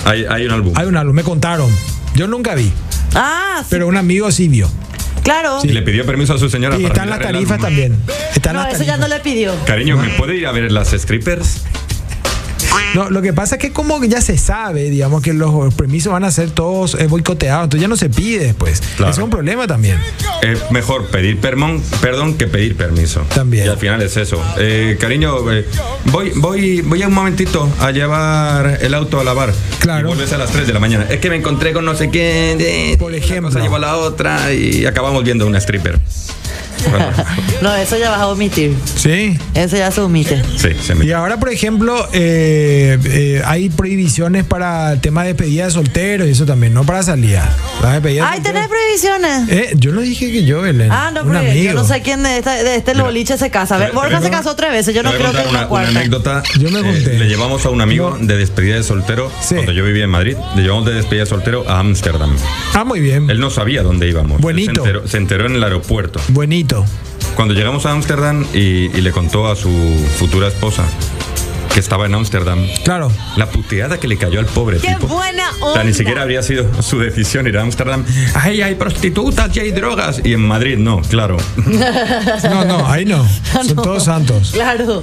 S3: Hay, hay un álbum.
S1: Hay un álbum. Me contaron. Yo nunca vi,
S2: Ah, sí.
S1: pero un amigo sí vio.
S2: Claro.
S3: Y le pidió permiso a su señora
S1: Y
S3: para
S1: están las
S3: mirar el
S1: tarifas
S3: álbum.
S1: también. Están
S2: No,
S1: las
S2: eso ya
S1: tarifas.
S2: no le pidió.
S3: Cariño, ¿me puede ir a ver las strippers?
S1: No, lo que pasa es que como ya se sabe, digamos, que los permisos van a ser todos eh, boicoteados, entonces ya no se pide después.
S3: Claro.
S1: Ese es un problema también.
S3: Es Eh, mejor pedir permón, perdón que pedir permiso.
S1: También.
S3: Y al final es eso. Eh, cariño, eh, voy, voy, voy a un momentito a llevar el auto a lavar.
S1: Claro.
S3: Y vuelves a las 3 de la mañana. Es que me encontré con no sé quién. eh,
S1: Por
S3: una
S1: ejemplo.
S3: cosa llevó a la otra y acabamos viendo una stripper. Bueno,
S2: No, eso ya vas a omitir.
S1: Sí.
S2: Eso ya se omite.
S3: sí, se me...
S1: Y ahora, por ejemplo, eh, eh, hay prohibiciones para el tema de despedida de solteros y eso también, no para salida. La despedida de
S2: Ay,
S1: soltero-
S2: tenés prohibiciones.
S1: Eh, yo no dije que yo, Belén.
S2: Ah, no,
S1: un
S2: porque
S1: amigo.
S2: yo no sé quién de, esta- de este
S3: Mira,
S2: boliche se casa. A ver,
S3: te voy- te
S2: Borja
S3: voy
S2: se
S3: a-
S2: casó tres veces. Yo
S3: Te
S2: no
S3: voy a
S2: creo que
S3: contar
S2: es
S3: una,
S2: la
S3: una
S2: cuarta.
S3: anécdota. Eh,
S1: Yo me conté.
S3: le llevamos a un amigo
S1: No.
S3: de despedida de soltero
S1: Sí.
S3: cuando yo vivía en Madrid. Le llevamos de despedida de soltero a Ámsterdam.
S1: Ah, muy bien.
S3: Él no sabía dónde íbamos. Él
S1: Buenito.
S3: Se enteró, se enteró en el aeropuerto.
S1: Buenito.
S3: Cuando llegamos a Ámsterdam y, y le contó a su futura esposa que estaba en Ámsterdam,
S1: Claro.
S3: la puteada que le cayó al pobre
S2: ¡Qué
S3: tipo.
S2: buena
S3: O sea, ni
S2: onda!
S3: siquiera habría sido su decisión ir a Ámsterdam. ¡Ay, hay prostitutas y hay drogas! Y en Madrid no, claro.
S1: No, no, ahí no. Son
S2: Ah, No.
S1: todos santos.
S2: Claro.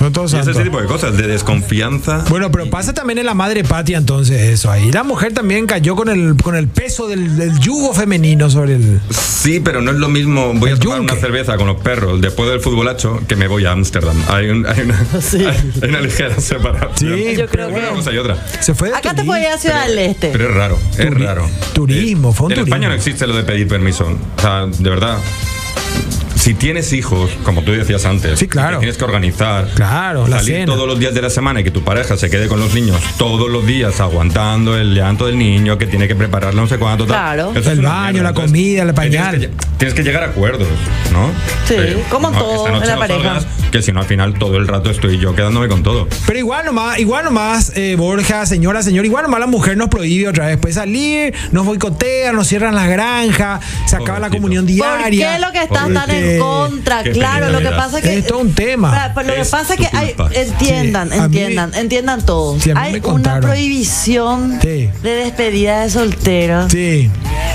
S1: Son todos
S3: Y es
S1: santos.
S3: ese tipo de cosas, de desconfianza.
S1: Bueno, pero pasa también en la madre patria entonces eso. Ahí la mujer también cayó con el, con el peso del, del yugo femenino sobre el...
S3: Sí, pero no es lo mismo. Voy a
S1: El
S3: tomar
S1: yunque.
S3: una cerveza con los perros después del futbolacho que me voy a Ámsterdam. Hay, un- hay una,
S2: Sí.
S3: hay una ligera separación.
S1: Sí,
S2: Yo
S1: pero
S2: creo que-
S3: Una cosa y otra.
S1: Se fue de
S2: Acá te
S1: turismo.
S2: podía ir a Ciudad del Este.
S3: Pero es raro, es
S1: Turi-
S3: raro. Eh,
S1: turismo, fue un
S3: En
S1: turismo.
S3: España no existe lo de pedir permiso. O sea, de verdad. Si tienes hijos, como tú decías antes,
S1: Sí, claro.
S3: que tienes que organizar,
S1: Claro, la
S3: salir
S1: cena.
S3: todos los días de la semana y que tu pareja se quede con los niños todos los días aguantando el llanto del niño, que tiene que preparar no sé cuánto. tal.
S2: Claro.
S3: Eso es
S1: El
S3: una
S1: baño,
S3: mierda.
S1: la
S3: Entonces,
S1: comida, el pañal.
S3: Tienes que, lle- tienes que llegar a acuerdos, ¿no?
S2: Sí,
S3: Eh,
S2: como en
S3: no,
S2: todo,
S3: esta noche
S2: en la
S3: no
S2: pareja.
S3: salgas, que si no, al final todo el rato estoy yo quedándome con todo.
S1: Pero igual nomás, igual nomás, eh, Borja, señora, señor, igual nomás la mujer nos prohíbe otra vez pues salir, nos boicotea, nos cierran las granjas, se acaba la
S3: Pobrecito.
S1: comunión
S2: ¿Por
S1: diaria.
S2: qué lo que están tan
S1: Porque-
S2: en contra?
S3: Qué
S2: Claro, lo que
S3: peligrosidad.
S2: pasa que.
S1: Es todo un tema.
S2: Para- para- Lo que
S3: Es
S2: pasa
S3: tu
S2: que hay.
S3: culpa.
S2: Entiendan,
S1: Sí, a mí-
S2: entiendan, entiendan todos.
S1: Sí, a mí me
S2: hay una
S1: contaron.
S2: prohibición
S1: Sí.
S2: de despedida de solteros
S1: Sí.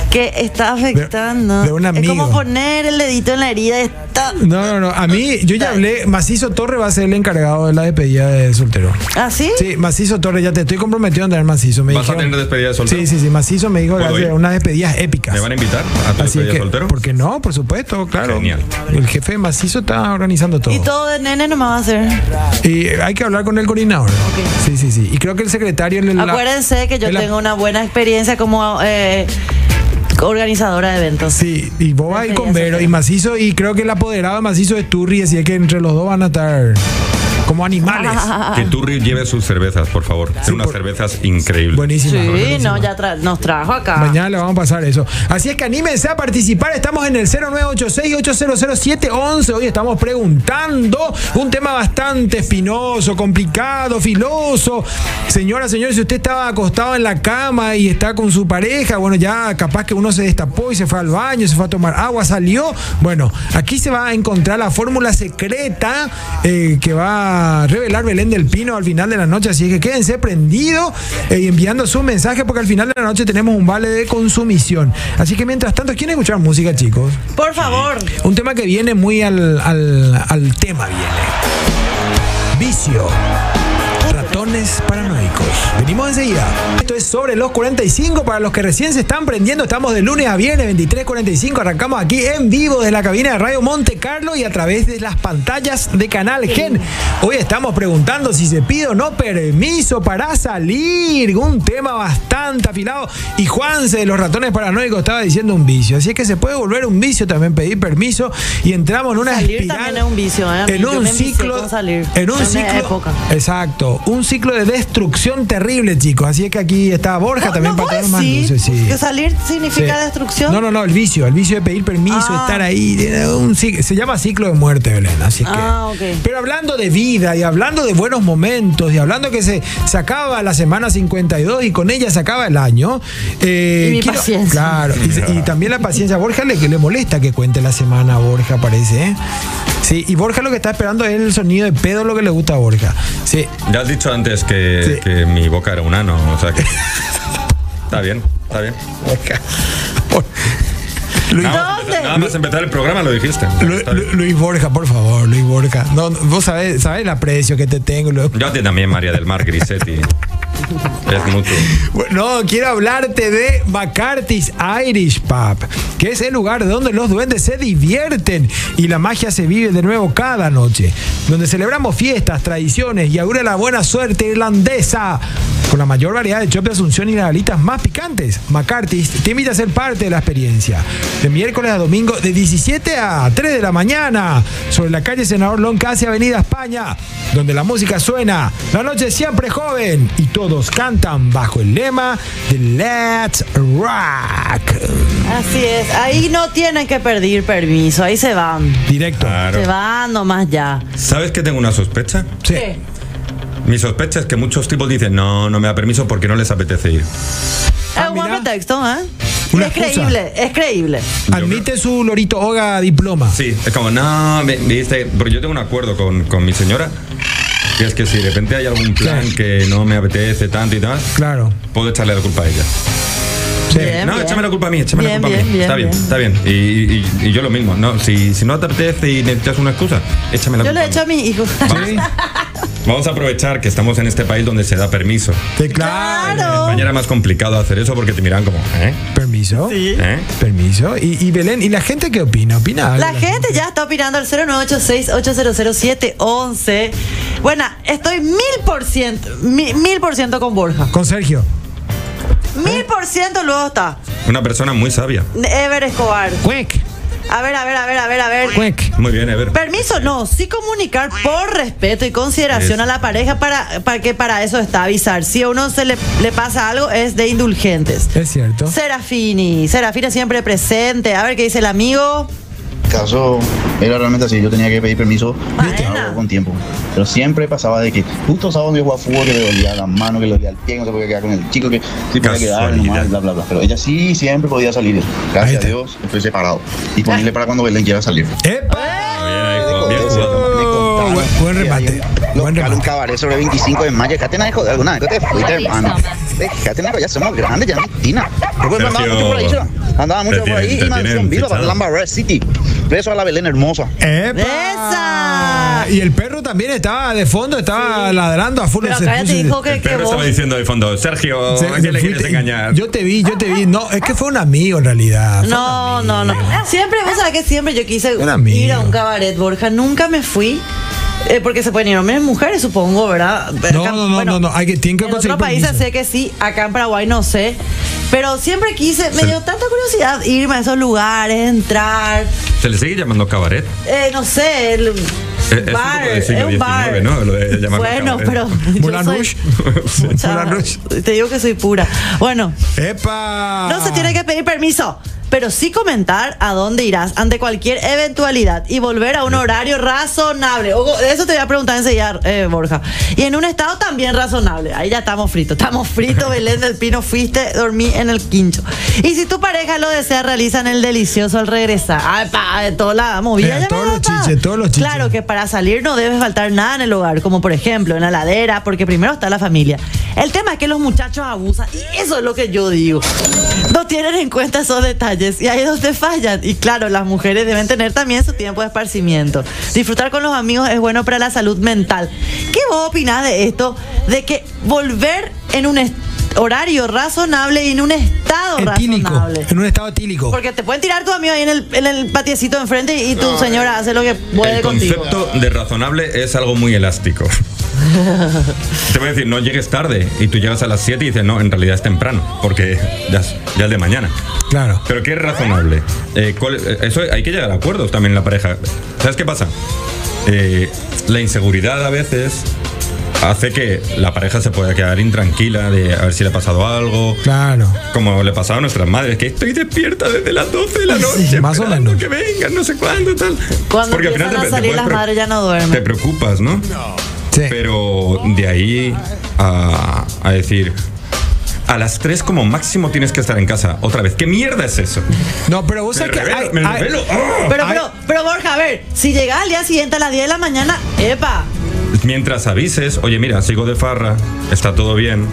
S2: que está afectando.
S1: de un
S2: Es como
S1: amigo.
S2: poner el dedito en la herida. Está
S1: No, no, no. A mí, yo ya hablé, Macizo Torre va a ser el encargado de la despedida de soltero.
S2: así.
S1: Sí, Macizo Torre, ya te estoy comprometido a tener Macizo. Me
S3: ¿Vas a
S1: dijeron-
S3: tener despedida de soltero?
S1: Sí, sí, sí. Macizo me dijo que
S3: ¿Puedo
S1: hace
S3: ir?
S1: unas despedidas épicas.
S3: ¿Me van a invitar a
S1: Así
S3: tu
S1: es
S3: despedida
S1: que,
S3: soltero?
S1: ¿por qué no? Por supuesto, claro.
S3: Genial.
S1: El jefe de Macizo está organizando todo.
S2: Y todo de nene no me va a hacer.
S1: Y hay que hablar con el coordinador. Sí, sí, sí. Y creo que el secretario... le- la-
S2: Acuérdense que yo
S1: el-
S2: tengo una buena experiencia como eh, organizadora de eventos.
S1: Sí, y vos vas a ir con
S2: Despedida
S1: Vero y
S2: soltero.
S1: Macizo, y creo que el apoderado de Macizo es Turri, así es que entre los dos van a estar como animales.
S2: Ah.
S3: Que Turri lleve sus cervezas, por favor. Son unas
S1: por-
S3: cervezas increíbles.
S1: Buenísimo.
S2: Sí, no, ya tra- nos trajo acá.
S1: Mañana le vamos a pasar eso. Así es que anímense a participar. Estamos en el 0986-8000711. Hoy estamos preguntando un tema bastante espinoso, complicado, filoso. Señora, señor, si usted estaba acostado en la cama y está con su pareja, bueno, ya capaz que uno se destapó y se fue al baño, se fue a tomar agua, salió. Bueno, aquí se va a encontrar la fórmula secreta eh, que va a revelar Belén del Pino al final de la noche. Así que quédense prendidos eh, y enviando su mensaje porque al final de la noche tenemos un vale de consumición. Así que mientras tanto, ¿quieren escuchar música, chicos?
S2: Por favor.
S1: Un tema que viene muy al, al- al tema, viene. Vicio. Ratones paranoicos. Venimos enseguida. Esto es sobre los 45 para los que recién se están prendiendo. Estamos de lunes a viernes, 23.45. Arrancamos aquí en vivo desde la cabina de Radio Monte Carlo y a través de las pantallas de Canal Gen. Hoy estamos preguntando si se pide o no permiso para salir. Un tema bastante afilado. Y Juanse de los ratones paranoicos estaba diciendo un vicio. Así es que se puede volver un vicio también pedir permiso y entramos en una
S2: Salir
S1: espiral-
S2: también es un vicio, ¿eh? A mí
S1: En
S2: yo
S1: un
S2: me envicié
S1: ciclo.
S2: con salir.
S1: En un
S2: En una
S1: ciclo.
S2: época.
S1: Exacto. Un ciclo de destrucción terrible, chicos. Así es que aquí está Borja
S2: No,
S1: Ah, también
S2: no,
S1: para
S2: vos
S1: más
S2: decís
S1: luces, sí.
S2: Que salir significa
S1: Sí.
S2: destrucción.
S1: No, no, no, el vicio, el vicio de pedir permiso,
S2: Ah.
S1: estar ahí, eh, un cic- se llama ciclo de muerte, Belén, así que.
S2: Ah, ok.
S1: Pero hablando de vida y hablando de buenos momentos y hablando que se, se acaba la semana 52 y con ella se acaba el año. eh,
S2: Y mi paciencia.
S1: Claro, y, se- y también la paciencia. A Borja le, que le molesta que cuente la semana, a Borja parece, ¿eh? Sí, y Borja lo que está esperando es el sonido de pedo, lo que le gusta a Borja. Sí,
S3: Ya has dicho antes que,
S1: Sí.
S3: que mi boca era un ano, o sea que... está bien, está bien.
S1: Borja. Luis,
S3: Nada más,
S2: ¿Dónde?
S3: empezar, nada más empezar el programa lo dijiste.
S1: Lu- Lu- Luis Borja, por favor, Luis Borja. No, no, vos sabés, sabés el aprecio que te tengo. loco.
S3: Yo a ti también, María del Mar Grisetti. Es mutuo.
S1: No, quiero hablarte de Bacartis Irish Pub, que es el lugar donde los duendes se divierten y la magia se vive de nuevo cada noche, donde celebramos fiestas, tradiciones y augura la buena suerte irlandesa. Con la mayor variedad de chops de Asunción y las alitas más picantes, Macartis te invita a ser parte de la experiencia. De miércoles a domingo, de 17 a 3 de la mañana, sobre la calle Senador Long, casi Avenida España, donde la música suena, la noche siempre joven y todos cantan bajo el lema de Let's Rock.
S2: Así es, ahí no tienen que pedir permiso, ahí se van.
S1: Directo.
S3: Claro.
S2: Se van nomás ya.
S3: ¿Sabes que tengo una sospecha?
S1: Sí.
S3: Mi sospecha es que muchos tipos dicen, no, no me da permiso porque no les apetece ir.
S1: Ah,
S2: es un buen
S1: mira.
S2: pretexto, ¿eh?
S1: Una
S2: es
S1: excusa.
S2: creíble, es creíble.
S1: Admite su Lorito Oga diploma.
S3: Sí, es como, no, me, me dice, porque yo tengo un acuerdo con, con mi señora, que es que si de repente hay algún plan
S1: Claro.
S3: que no me apetece tanto y tal,
S1: Claro.
S3: puedo echarle la culpa a ella.
S1: Sí.
S2: Bien,
S3: no,
S2: bien.
S3: échame la culpa a mí, échame
S2: Bien,
S3: la culpa a mí.
S2: bien,
S3: está bien,
S2: bien,
S3: está bien. Y, y- y yo lo mismo, no, si, si no te apetece y necesitas una excusa, échame la
S2: Yo
S3: culpa.
S2: le he hecho a
S3: mí.
S2: mi hijo.
S1: Sí.
S3: Vamos a aprovechar que estamos en este país donde se da permiso.
S1: Sí, Ah, claro.
S3: En
S2: Claro.
S3: España era más complicado hacer eso porque te miran como, ¿eh?
S1: Permiso.
S3: ¿Eh?
S1: Permiso. Y, y Belén, ¿y la gente qué opina? ¿Opina algo
S2: La gente ya está opinando al 0986-800711. Bueno, estoy mil por ciento, mi- mil por ciento con Borja.
S1: Con Sergio.
S2: Mil por ciento luego está.
S3: Una persona muy sabia.
S2: Ever Escobar.
S1: Cuec.
S2: A ver, a ver, a ver, a ver, a ver.
S1: Cuec.
S3: Muy bien, Ever.
S2: Permiso, no, sí comunicar por respeto y consideración
S3: Eso.
S2: a la pareja para, para que para eso está avisar. Si a uno se le, le pasa algo es de indulgentes.
S1: Es cierto.
S2: Serafini, Serafina siempre presente. A ver qué dice el amigo.
S6: caso era realmente así, yo tenía que pedir permiso
S2: Buena.
S6: hago con tiempo. Pero siempre pasaba de que justo sábado yo jugaba fútbol que le dolía la mano, que le dolía el pie, que no se podía quedar con el chico, que sí podía quedar
S3: Casualidad.
S6: nomás, bla bla bla. Pero ella sí siempre podía salir.
S1: Ahí
S6: Gracias
S1: está.
S6: a Dios, estoy separado. Disponible para cuando Belén quiera salir.
S1: ¡Epa!
S3: Bien ahí, Juan, bien jugado.
S1: Oh, buen- buen remate, buen
S6: Buen remate. Un
S1: remate.
S6: cabaret sobre 25 de mayo. Déjate de joder alguna vez. que te fuiste, hermano. Déjate de ya somos grandes, ya Argentina. Después andaba
S3: Sergio,
S6: mucho por ahí, yo. Andaba mucho
S3: te
S6: por ahí
S3: tienen-
S6: y
S3: te
S6: me
S3: tienen
S6: viva para
S3: fichado.
S6: Lambar City. Beso a la Belén hermosa.
S1: ¡Epa!
S2: ¡Esa!
S1: Y el perro también estaba de fondo, estaba ladrando a full.
S2: Pero
S1: Se
S2: acá ya te
S1: puso-
S2: dijo que,
S3: El
S2: que
S3: perro
S2: vos.
S3: estaba diciendo de fondo, Sergio,
S1: se-
S3: ¿a
S1: se
S3: quién le quieres
S1: fuiste-
S3: engañar?
S1: Yo te vi, yo te vi. No, es que fue un amigo en realidad. Fue
S2: No,
S1: un
S2: no, no.
S1: amigo.
S2: Siempre, vos sabés que siempre yo quise
S1: Un amigo.
S2: ir a un cabaret, Borja. Nunca me fui. eh, porque se pueden ir hombres y mujeres, supongo, ¿verdad?
S1: No, no, no, no, no, hay que- tienen que
S2: en
S1: conseguir
S2: otros países
S1: permiso.
S2: sé que sí, acá en Paraguay no sé. Pero siempre quise, me
S3: Se-
S2: dio tanta curiosidad irme a esos lugares, entrar,
S3: ¿Se le sigue llamando cabaret?
S2: eh, no sé, el
S3: es
S2: bar,
S3: un poco del siglo
S2: es un bar.
S3: XIX, ¿no? Lo de llamarlo
S2: bueno,
S3: cabaret.
S2: pero yo
S1: Moulin
S2: soy
S1: Rouge.
S2: mucha-
S1: Moulin Rouge.
S2: te digo que soy pura. Bueno,
S1: ¡Epa!
S2: no se tiene que pedir permiso, pero sí comentar a dónde irás ante cualquier eventualidad y volver a un horario razonable. Ojo, de eso te voy a preguntar enseguida, eh, Borja. Y en un estado también razonable. Ahí ya estamos fritos. Estamos fritos, Belén del Pino, fuiste, dormí en el quincho. Y si tu pareja lo desea, realizan el delicioso al regresar. Ay, pa, de toda la movida.
S1: Eh,
S2: ya me
S1: todos los
S2: mata.
S1: chiches, todos los chiches.
S2: Claro que para salir no debe faltar nada en el hogar, como por ejemplo en la ladera, porque primero está la familia. El tema es que los muchachos abusan, y eso es lo que yo digo. No tienen en cuenta esos detalles, y ahí es donde fallan. Y claro, las mujeres deben tener también su tiempo de esparcimiento. Disfrutar con los amigos es bueno para la salud mental. ¿Qué vos opinás de esto? De que volver en un est- horario razonable y en un estado
S1: Etílico,
S2: razonable.
S1: en un estado etílico.
S2: Porque te pueden tirar tu amigo ahí en el, en el patiecito de enfrente y tu señora hace lo que puede
S3: eh, el
S2: contigo.
S3: concepto de razonable es algo muy elástico. Te voy a decir, no llegues tarde y tú llegas a las 7 y dices, no, en realidad es temprano, porque ya es, ya es de mañana.
S1: Claro.
S3: Pero ¿qué es razonable? Eh, ¿cuál- eh, eso hay que llegar a acuerdos también en la pareja. ¿Sabes qué pasa? Eh, la inseguridad a veces hace que la pareja se pueda quedar intranquila de a ver si le ha pasado algo.
S1: Claro.
S3: Como le pasaba a nuestras madres, que estoy despierta desde las 12 de la noche,
S1: Sí, más o
S3: esperando
S1: menos.
S3: que vengan, no sé cuándo, tal.
S2: Cuando
S3: al
S2: empiezan a
S3: te- te
S2: salir
S3: puedes
S2: las
S3: pre-
S2: madres ya no duermen.
S3: Te preocupas, ¿no?
S1: Sí.
S3: Pero de ahí a, a decir, a las 3 como máximo tienes que estar en casa. Otra vez, ¿qué mierda es eso?
S1: no, pero vos
S3: Me
S1: sabés que.
S3: revelo,
S1: hay-
S3: me
S1: hay-
S3: revelo. ¡Ah!
S2: Pero,
S1: Ay.
S2: pero, pero Borja, a ver, si llegás al día siguiente a las 10 de la mañana, epa,
S3: Ah. Mientras avises, oye, mira, sigo de farra, está todo bien.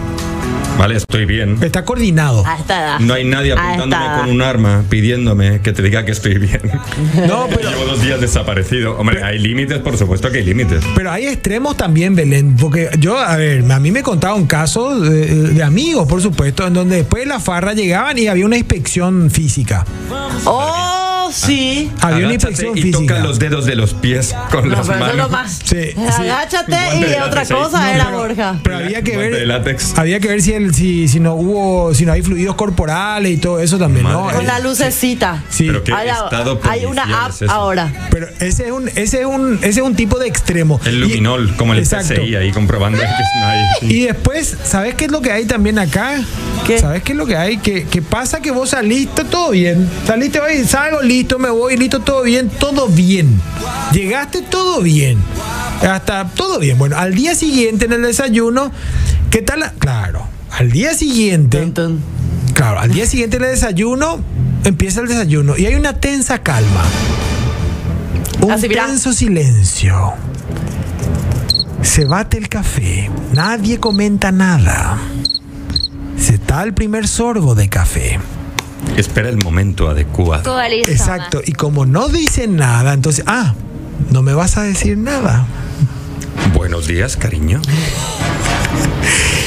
S3: ¿Vale? Estoy bien.
S1: Está coordinado.
S2: A esta edad.
S3: No hay nadie
S2: A esta
S3: apuntándome
S2: edad.
S3: con un arma pidiéndome que te diga que estoy bien.
S1: No, pero,
S3: Llevo dos días desaparecido. Hombre, hay límites, por supuesto que hay límites.
S1: pero hay extremos también, Belén. Porque yo, a ver, a mí me contaba un caso de, de amigos, por supuesto, en donde después de la farra llegaban y había una inspección física.
S3: Ah.
S2: Oh, sí.
S1: Había una
S3: Agáchate
S1: inspección
S3: y
S1: física.
S3: toca los dedos de los pies con
S2: No,
S3: las
S2: pero eso
S3: manos.
S2: es lo más.
S1: Sí, sí.
S2: Agáchate y otra
S3: Guante de látex,
S2: cosa
S3: no,
S2: era
S1: pero-
S2: Borja.
S1: Pero había que
S3: Guante de
S1: ver. Ah,
S3: látex.
S1: Había que ver si, el, si, si no hubo, si no hay fluidos corporales y todo eso también, ¿no? Eh,
S3: Madre.
S2: Con la lucecita.
S1: Sí.
S3: Pero qué
S2: Hay,
S3: estado
S2: hay una
S3: policial
S2: app
S3: es eso.
S2: ahora.
S1: Pero ese es un, ese es un, ese es un tipo de extremo.
S3: El
S1: Y-
S3: luminol, como el
S1: Exacto.
S3: PCI ahí comprobando que no hay.
S1: Y después, ¿sabes qué es lo que hay también acá?
S2: ¿Qué?
S1: ¿Sabes qué es lo que hay? Que, que pasa que vos saliste todo bien. Saliste hoy, salgo listo, me voy, listo, todo bien, todo bien. Llegaste todo bien. Hasta todo bien. Bueno, al día siguiente en el desayuno, ¿qué tal? la- Claro, al día siguiente.
S2: Tun, tun.
S1: Claro, al día siguiente del desayuno, empieza el desayuno y hay una tensa calma. Un
S2: Así, mirá.
S1: tenso silencio. Se bate el café, nadie comenta nada. Se está el primer sorbo de café.
S3: Espera el momento adecuado.
S7: Toda lista,
S1: Exacto, y como no dicen nada, entonces, ah, no me vas a decir nada.
S3: Buenos días, cariño.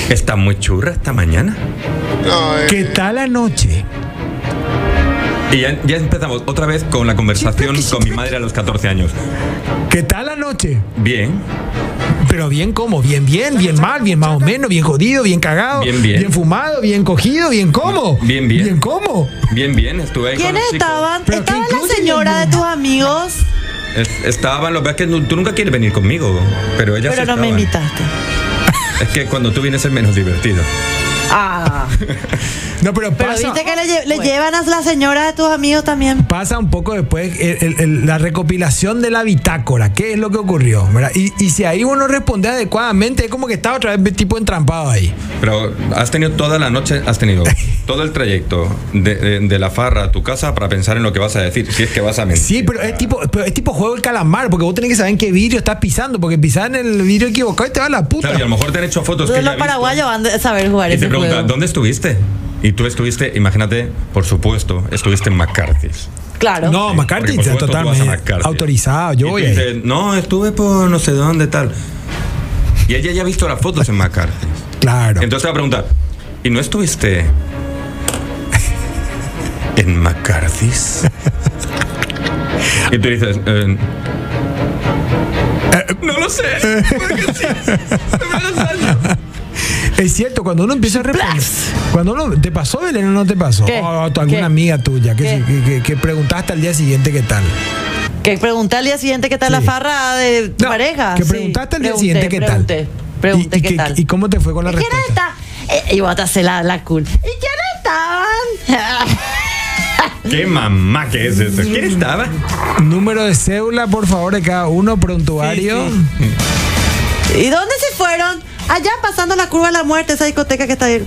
S3: Está muy churra esta mañana.
S1: ¿Qué tal la noche?
S3: Y ya, ya empezamos otra vez con la conversación con mi madre a los 14 años.
S1: ¿Qué tal la noche?
S3: Bien,
S1: Pero bien como, bien, bien, bien mal, bien más o menos, bien jodido, bien cagado,
S3: Bien, bien.
S1: fumado, bien cogido, bien como.
S3: Bien, bien.
S1: Bien como.
S3: bien, bien. Estuve ahí con
S2: ¿Quiénes
S3: los chicos.
S2: estaban?
S1: Pero
S2: Estaba
S1: ¿qué
S2: la
S1: incluye,
S2: señora de
S1: Belén?
S2: tus amigos,
S3: Es- estaban, lo que es que nu- tú nunca quieres venir conmigo, pero ellas
S2: pero no me
S3: estaban.
S2: invitaste.
S3: Es que cuando tú vienes es menos divertido.
S2: Ah,
S1: No, pero
S2: pero
S1: pasa,
S2: viste que le, lle- le llevan a la señora de tus amigos también.
S1: pasa un poco después el- el- el- la recopilación de la bitácora. ¿Qué es lo que ocurrió? ¿verdad? Y, y si ahí uno responde adecuadamente, es como que está otra vez tipo entrampado ahí.
S3: Pero has tenido toda la noche, has tenido todo el trayecto de, de- de la farra a tu casa para pensar en lo que vas a decir, si es que vas a mentir.
S1: Sí, pero es tipo, pero es tipo juego del calamar, porque vos tenés que saber en qué vidrio estás pisando, porque pisás en el vidrio equivocado y te va la puta.
S3: Claro, y a lo mejor te han hecho fotos que
S2: Todos
S3: ya
S2: los
S3: he visto.
S2: paraguayos van a saber jugar
S3: Y
S2: ese
S3: te pregunta,
S2: juego.
S3: ¿dónde estuviste? Y tú estuviste, imagínate, por supuesto, estuviste en McCarthy's.
S2: Claro.
S1: No,
S3: Sí,
S1: McCarthy
S3: porque, por supuesto, tú vas a
S1: totalmente
S3: McCarthy.
S1: autorizado.
S3: Y
S1: Yo
S3: tú
S1: voy ahí.
S3: dices, No, estuve por no sé dónde, tal. Y ella ya ha visto las fotos en McCarthy's.
S1: Claro.
S3: Entonces te va a preguntar, ¿y no estuviste en McCarthy's? y tú dices, eh, no lo sé. porque sí, me lo salto".
S1: Es cierto, cuando uno empieza a responder. Cuando uno, ¿Te pasó, Belén, o no te pasó?
S2: ¿Qué?
S1: O tu- alguna
S2: ¿Qué?
S1: amiga tuya que,
S2: ¿Qué?
S1: se- que- que- que preguntaste al día siguiente qué tal.
S2: Que pregunté al día siguiente qué tal la
S1: Sí.
S2: farra de tu
S1: No,
S2: pareja.
S1: Que
S2: Sí,
S1: preguntaste al día
S2: pregunté,
S1: siguiente qué
S2: pregunté,
S1: tal.
S2: Pregunté
S1: ¿Y- y
S2: qué tal.
S1: ¿Y cómo te fue con la
S2: ¿Y quién
S1: respuesta?
S2: está? Eh, y vos te haces la, la cool. ¿Y quién estaban?
S3: ¿Qué mamá que es eso? ¿Quién estaba?
S1: Número de cédula, por favor, de cada uno, prontuario.
S2: ¿Y dónde se fueron? Allá pasando la curva de la muerte, esa discoteca que está ahí.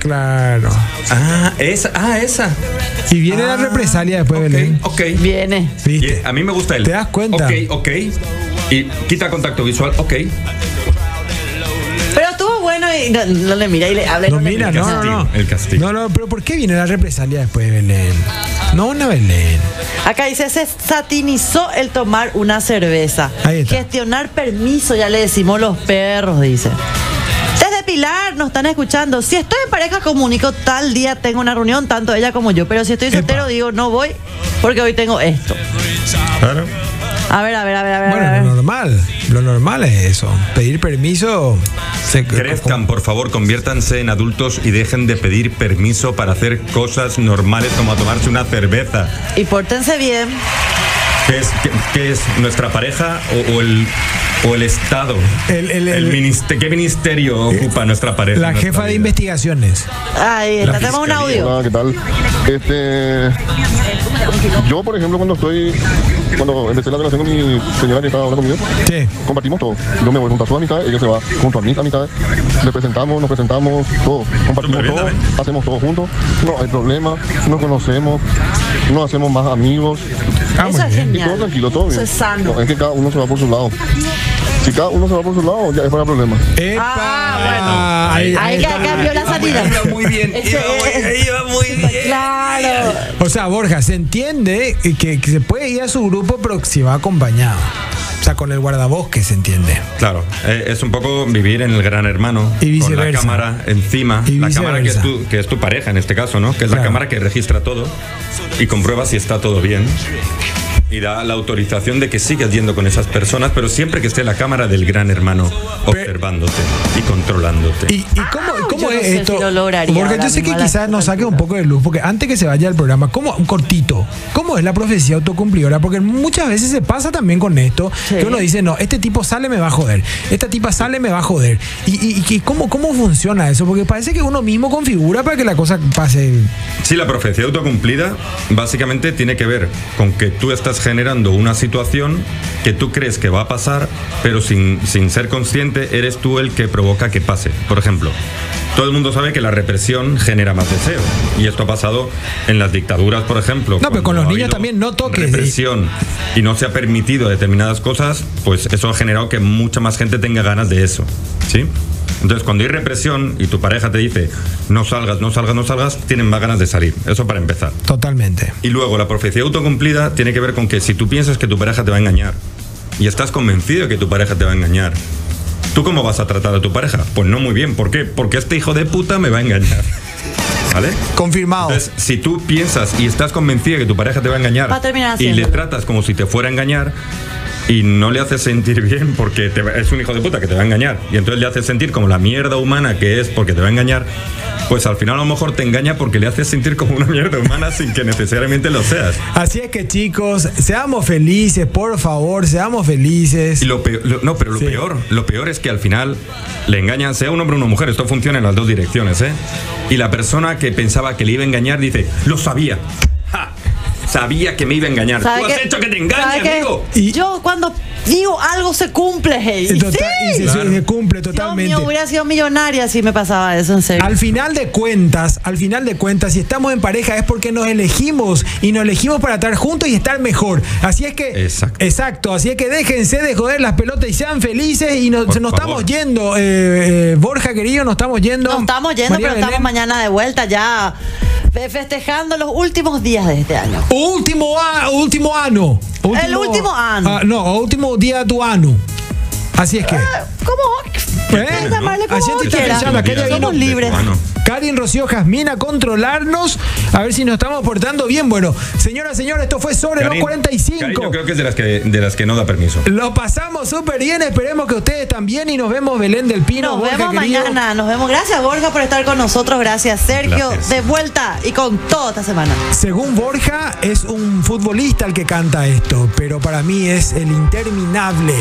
S1: Claro.
S3: Ah, esa. Ah, esa.
S1: Y viene la
S2: Ah.
S1: represalia después,
S3: Ok,
S1: Belén.
S2: Oh,
S3: ok.
S2: Viene.
S1: ¿Viste?
S3: Y a mí me gusta él.
S1: ¿Te das cuenta?
S3: Ok, ok. Y quita contacto visual, ok.
S2: Pero estuvo bueno y no, no le mira y le habla. y
S1: No,
S2: le
S1: mira,
S3: El
S1: no,
S3: castigo,
S1: no, no.
S3: el castigo.
S1: No, no, pero ¿por qué viene la represalia después, Belén? No, una Belén.
S2: Acá dice, se satinizó el tomar una cerveza.
S1: Ahí está.
S2: Gestionar permiso, ya le decimos los perros, dice. Desde Pilar nos están escuchando. Si estoy en pareja, comunico tal día, tengo una reunión, tanto ella como yo. Pero si estoy soltero,
S1: Epa.
S2: digo, no voy porque hoy tengo esto.
S3: Claro.
S2: A ver, a ver, a ver, a ver. a
S1: Bueno,
S2: ver.
S1: lo normal. Lo normal es eso. Pedir permiso. se-
S3: Crezcan, por favor, conviértanse en adultos y dejen de pedir permiso para hacer cosas normales como a tomarse una cerveza.
S2: Y pórtense bien.
S3: ¿Qué es, qué, qué es nuestra pareja o, o el, o el Estado?
S1: El- el- el-
S3: ministe- ¿Qué ministerio ocupa nuestra pareja?
S1: La
S3: pues, nuestra
S1: jefa de
S3: vida?
S1: investigaciones.
S2: Ahí
S3: La
S2: está, tenemos un
S3: fiscalía.
S2: audio.
S8: Hola, ¿qué tal? Este, yo, por ejemplo, cuando estoy, cuando empecé la relación con mi señora que estaba hablando conmigo,
S1: Sí.
S8: compartimos todo. Yo me voy junto a su amistad, ella se va junto a mis amistades, le presentamos, nos presentamos, todo.
S3: Súper
S8: Compartimos
S3: bien,
S8: todo,
S3: David.
S8: hacemos todo juntos, no hay problema, nos conocemos, nos hacemos más amigos,
S1: Ah, muy
S2: Eso es
S1: bien.
S8: y todo
S2: genial.
S8: tranquilo, todo bien.
S2: Eso es sano.
S8: No, es que cada uno se va por su lado. Si cada uno se va por su lado, ya es para problema.
S1: Epa,
S2: Ah, bueno.
S1: ahí- ahí
S2: Ahí ya
S1: está.
S2: cambió la salida.
S7: Iba muy bien, iba muy, iba muy bien.
S2: Claro.
S1: O sea, Borja, se entiende que, que se puede ir a su grupo, pero si va acompañado. O sea, con el guardabosque se entiende.
S3: Claro, eh, es un poco vivir en el gran hermano.
S1: Y
S3: Con
S1: viceversa.
S3: la cámara encima.
S1: Y
S3: la cámara que es,
S1: viceversa.
S3: tu, que es tu pareja en este caso, ¿no? Que es
S1: Claro.
S3: la cámara que registra todo y comprueba si está todo bien. Y da la autorización de que sigas yendo con esas personas, pero siempre que esté la cámara del gran hermano observándote y controlándote.
S1: ¿Y, y cómo, cómo
S2: Ah, yo
S1: es
S2: no sé
S1: esto?
S2: si lo lograría
S1: Porque yo
S2: ahora
S1: sé que
S2: mismo a las
S1: quizás nos saque un
S2: alturas.
S1: poco de luz, porque antes que se vaya al programa, ¿cómo, un cortito, ¿cómo es la profecía autocumplidora? Porque muchas veces se pasa también con esto,
S2: Sí.
S1: que uno dice, no, este tipo sale, me va a joder, esta tipa sale, me va a joder. ¿Y, y- y cómo, cómo funciona eso? Porque parece que uno mismo configura para que la cosa pase.
S3: Sí, la profecía autocumplida básicamente tiene que ver con que tú estás generando una situación que tú crees que va a pasar, pero sin, sin ser consciente eres tú el que provoca que pase. Por ejemplo, todo el mundo sabe que la represión genera más deseo. Y esto ha pasado en las dictaduras, por ejemplo.
S1: No, pero
S3: cuando
S1: con los
S3: ha
S1: niños
S3: habido
S1: también, no toques.
S3: Represión y no se ha permitido determinadas cosas, pues eso ha generado que mucha más gente tenga ganas de eso. ¿Sí? Entonces, cuando hay represión y tu pareja te dice no salgas, no salgas, no salgas, tienen más ganas de salir. Eso para empezar.
S1: Totalmente.
S3: Y luego, la profecía autocumplida tiene que ver con que si tú piensas que tu pareja te va a engañar y estás convencido de que tu pareja te va a engañar, ¿tú cómo vas a tratar a tu pareja? Pues no muy bien. ¿Por qué? Porque este hijo de puta me va a engañar. ¿Vale?
S1: Confirmado.
S3: Entonces, si tú piensas y estás convencida que tu pareja te va a engañar
S2: Va a terminar
S3: y le
S2: haciéndolo.
S3: tratas como si te fuera a engañar y no le haces sentir bien porque te va- es un hijo de puta que te va a engañar y entonces le haces sentir como la mierda humana que es porque te va a engañar, pues al final a lo mejor te engaña porque le haces sentir como una mierda humana sin que necesariamente lo seas.
S1: Así es que chicos, seamos felices, por favor, seamos felices.
S3: Y lo peor- lo- no, pero lo
S1: Sí.
S3: peor, lo peor es que al final le engañan, sea un hombre o una mujer, esto funciona en las dos direcciones, ¿eh? Y la persona que pensaba que le iba a engañar dice, lo sabía. Ja, sabía que me iba a engañar. Tú
S2: ¿Sabe
S3: has
S2: qué?
S3: hecho que te
S2: ¿Sabe
S3: engañe,
S2: qué?
S3: amigo.
S1: Y-
S2: Yo cuando digo algo se cumple, hey.
S1: Y total- y se,
S2: sí.
S1: se- se cumple
S2: Dios
S1: totalmente.
S2: mío, hubiera sido millonaria si me pasaba eso, en serio.
S1: Al final de cuentas, al final de cuentas, si estamos en pareja es porque nos elegimos y nos elegimos para estar juntos y estar mejor. Así es que,
S3: Exacto.
S1: así es que déjense de joder las pelotas y sean felices y nos,
S3: Por
S1: se- nos
S3: favor.
S1: estamos yendo, eh, eh, Borja querido, nos estamos yendo.
S2: Nos estamos yendo,
S1: María
S2: pero estamos
S1: Belén.
S2: mañana de vuelta ya fe- festejando los últimos días de este año.
S1: Último, a- último ano.
S2: último ano.
S1: Ah, no, último día de tu ano. Así es que.
S2: ¿Cómo? Puedes llamarle como
S1: Pues, ¿eh? Así
S2: vos
S1: te está
S2: quieras.
S1: pensando, aquella
S2: Somos
S1: vino.
S2: libres.
S3: Bueno.
S1: Karin Rocío Jazmín a controlarnos, a ver si nos estamos portando bien. Bueno, señora, señor, esto fue sobre los
S3: Karin- Karin,
S1: 45.
S3: yo creo que es de las que, de las que no da permiso.
S1: Lo pasamos súper bien, esperemos que ustedes también y nos vemos Belén del Pino.
S2: Nos
S1: Borja,
S2: vemos
S1: querido.
S2: mañana, nos vemos. Gracias Borja por estar con nosotros, gracias Sergio.
S3: Gracias.
S2: De vuelta y con todo esta semana.
S1: Según Borja, es un futbolista el que canta esto, pero para mí es el interminable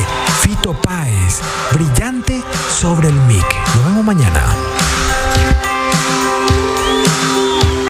S1: Fito Páez, brillante sobre el mic. Nos vemos mañana.